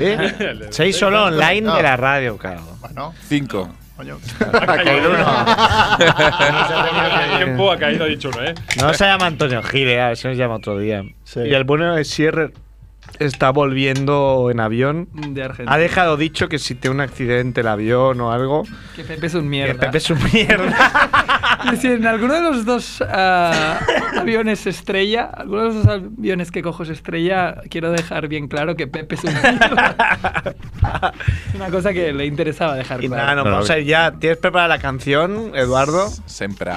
S6: ¿eh?
S12: Se hizo solo online de la radio, claro.
S4: Bueno,
S6: Cinco.
S4: coño.
S2: Ha caído uno.
S12: uno.
S2: Ha tiempo ha caído, ha dicho uno, ¿eh?
S12: No se llama Antonio Gide, a ver si nos llama otro día.
S4: Sí.
S12: Y el bueno de Sierra está volviendo en avión.
S8: De Argentina.
S12: Ha dejado dicho que si tiene un accidente el avión o algo,
S8: Que Pepe es un
S12: que
S8: mierda.
S12: Pepe es un mierda.
S8: Si en alguno de los dos ah, aviones se estrella, alguno de los dos aviones que cojo se estrella, quiero dejar bien claro que Pepe es un mierda. Es una cosa que le interesaba dejar
S12: y
S8: claro.
S12: nada, nos
S9: No,
S12: vamos
S9: no.
S12: a ir ya. ¿Tienes preparada la canción, Eduardo?
S6: Siempre.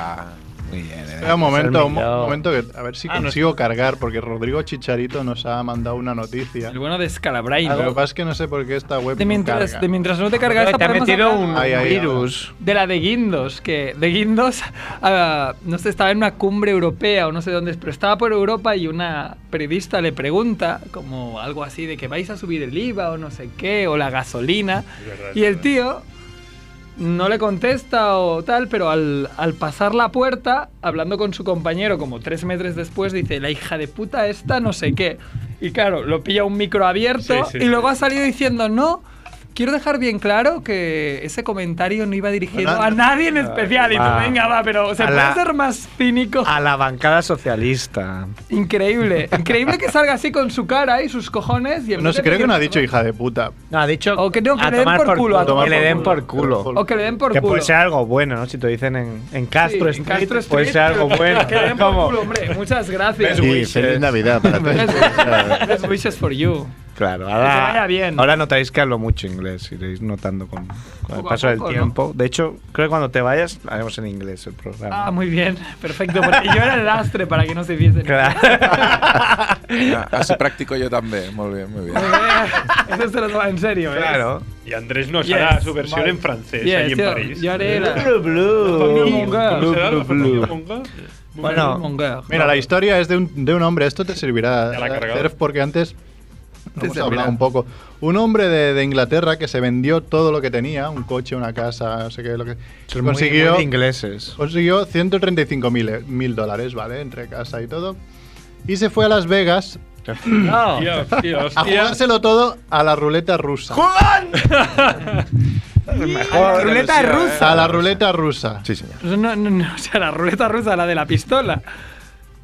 S6: Muy bien, ¿eh?
S4: Espera un momento, un
S12: Miguel.
S4: mo- momento que a ver si consigo cargar, porque Rodrigo Chicharito nos ha mandado una noticia.
S8: El bueno de Scalabrain.
S4: Lo que pasa es que no sé por qué esta web
S8: De
S4: no
S8: mientras,
S4: carga.
S8: de mientras no te cargas esta
S12: te ha
S8: podemos
S12: metido
S8: hablar
S12: un
S4: Ay, ay,
S12: virus.
S8: De la de Guindos, que de Guindos, ah, no sé, estaba en una cumbre europea o no sé dónde, es, pero estaba por Europa y una periodista le pregunta, como algo así, de que vais a subir el IVA o no sé qué, o la gasolina. Y el tío no le contesta o tal, pero al, al pasar la puerta, hablando con su compañero como tres meses después, dice, la hija de puta esta no sé qué. Y claro, lo pilla un micro abierto
S2: Sí, sí,
S8: y luego
S2: sí.
S8: ha salido diciendo, no, quiero dejar bien claro que ese comentario no iba dirigido
S4: Bueno,
S8: a nadie en especial. Y tú,
S4: Ah.
S12: va.
S8: venga, va, pero se
S12: A
S8: puede
S12: la-
S8: ser más cínico.
S12: A la bancada socialista.
S8: Increíble, increíble que salga así con su cara y sus cojones. Y en
S4: No
S8: vez
S4: sé,
S8: de
S4: creo que
S8: pedir-
S4: no ha dicho hija de puta.
S12: No, ha dicho
S8: O que no, que
S12: a
S8: le den
S12: tomar
S8: por culo, a tomar
S12: que le
S8: por
S12: den
S4: culo.
S12: por culo.
S8: O que le den por
S12: que
S8: culo.
S12: puede ser algo bueno, ¿no? Si te dicen en, en Castro,
S8: Sí, en
S12: Street,
S8: Castro
S12: puede
S8: Street,
S12: ser algo
S8: pero-
S12: bueno.
S8: que le den por
S12: Como-
S8: culo, hombre. Muchas gracias.
S9: Y feliz Navidad para todos.
S8: Best wishes for you.
S12: Claro,
S8: Que te
S12: ahora,
S8: vaya bien.
S12: ahora notáis que hablo mucho inglés, iréis notando con, con el
S8: Poco a
S12: paso del
S8: poco, ¿no?
S12: tiempo. De hecho, creo que cuando te vayas haremos en inglés el
S8: Ah,
S12: programa.
S8: muy bien, perfecto. porque yo era el lastre para que no se viesen.
S12: claro.
S6: Ah, Así practico yo también. Muy bien, muy bien.
S8: Muy bien. Eso se lo toma en serio, ¿eh?
S12: claro.
S2: Y Andrés nos
S8: Yes.
S2: hará su versión en francés
S8: Yes,
S2: allí en
S8: yo-
S2: París.
S8: yo haré la-
S12: Blue, blue.
S8: Monga.
S12: Blue,
S2: ¿Será la
S12: blue,
S2: familia
S12: blue.
S2: Monga?
S12: Bueno,
S8: Monger.
S4: Mira, la historia es de un, de un hombre. Esto te servirá,
S2: Ya la he cargado.
S4: Cerf, porque antes Hemos hablado un poco. Un hombre de, de Inglaterra que se vendió todo lo que tenía, un coche, una casa, no sé qué, lo que
S10: pues
S3: Son muy- muy de ingleses.
S4: Consiguió 135 mil e- mil dólares, ¿vale? Entre casa y todo. Y se fue a Las Vegas
S2: No. Tío, tío,
S4: a
S2: hostia.
S4: jugárselo todo a la ruleta rusa.
S8: Ah, la ruleta rusa.
S4: A Ah, la ruleta rusa.
S9: Sí, señor.
S8: No, no, no, o sea, la ruleta rusa, la de la pistola. Ah,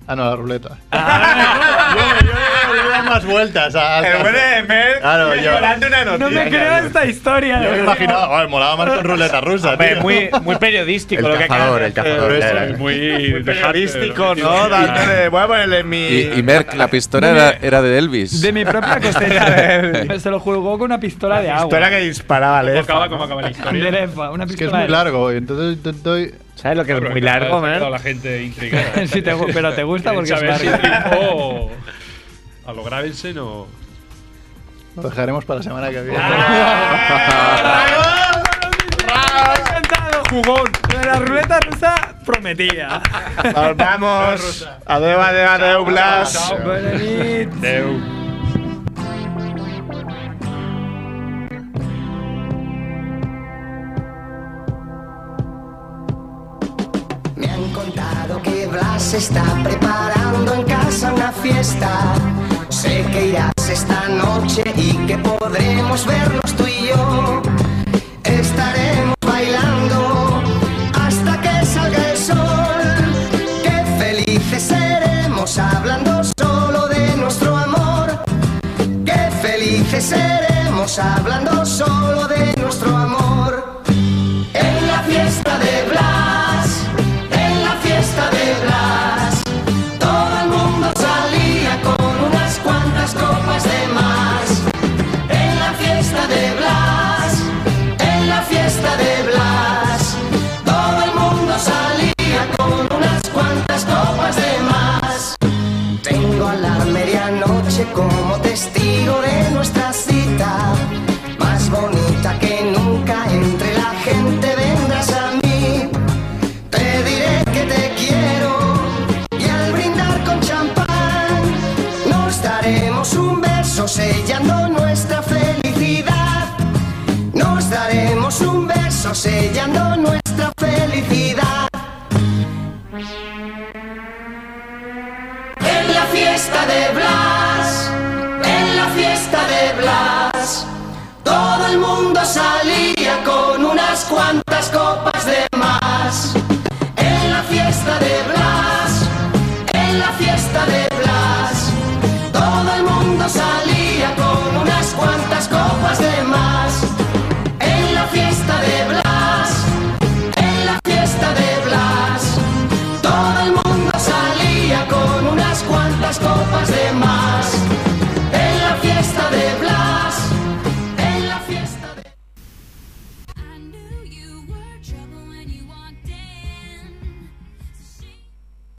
S4: Ah, no, la ruleta. Le da más vueltas a.
S8: El
S4: bueno
S8: bueno de Mer
S4: Claro, yo.
S8: llorando una noticia. No me creo esta historia, de
S4: Yo me
S8: verdad.
S4: imaginaba, "Ay, molaba más con ruleta rusa.
S10: Hombre,
S4: tío".
S10: muy- muy periodístico El lo que cazador, acabas de el hacer. cazador, ya, ya, ya.
S2: Muy
S3: periodístico, ¿no? Dándole, voy a ponerle mi.
S6: Y, y Merck, la pistola era, era de Elvis.
S8: De mi propia cosecha. Se lo jugó con una pistola de agua.
S3: Pistola que disparaba, ¿eh?
S2: ¿Cómo acaba la historia?
S8: De Lefa, una
S4: Es que es
S8: pistola
S4: muy
S8: de-
S4: largo, y entonces estoy.
S10: ¿Sabes lo que
S2: Pero que ha dejado a la gente intrigada.
S8: Sí, te gu- pero te gusta
S2: Quieren
S8: porque es
S2: saber
S8: largo.
S2: si triunfó a lo Gravensen o.
S4: Lo dejaremos para la semana que viene.
S8: ¡Jugón! De la ruleta rusa prometida.
S3: Nos vamos. Adeu, adeu, adeu, Blas.
S8: Buena nit.
S2: Adeu.
S13: Me han contado que Blas está preparando en casa una fiesta. Sé que irás esta noche y que podremos vernos tú y yo. Estaremos bailando hasta que salga el sol. Qué felices seremos hablando solo de nuestro amor. Qué felices seremos hablando solo de nuestro amor. En la fiesta de Blas en la fiesta de Blas. Todo el mundo salía con unas cuantas copas de más. En la fiesta de Blas, en la fiesta de Blas. Todo el mundo salía con unas cuantas copas de más. Tengo a la medianoche como testigo de nuestra cita. Más bonita que nunca entre la gente vendrás a mí. Te diré que te quiero y al brindar con champán nos daremos un beso sellando nuestra felicidad. Nos daremos un beso sellando nuestra felicidad. En la fiesta de Blas, en la fiesta de Blas, todo el mundo salía con unas cuantas copas.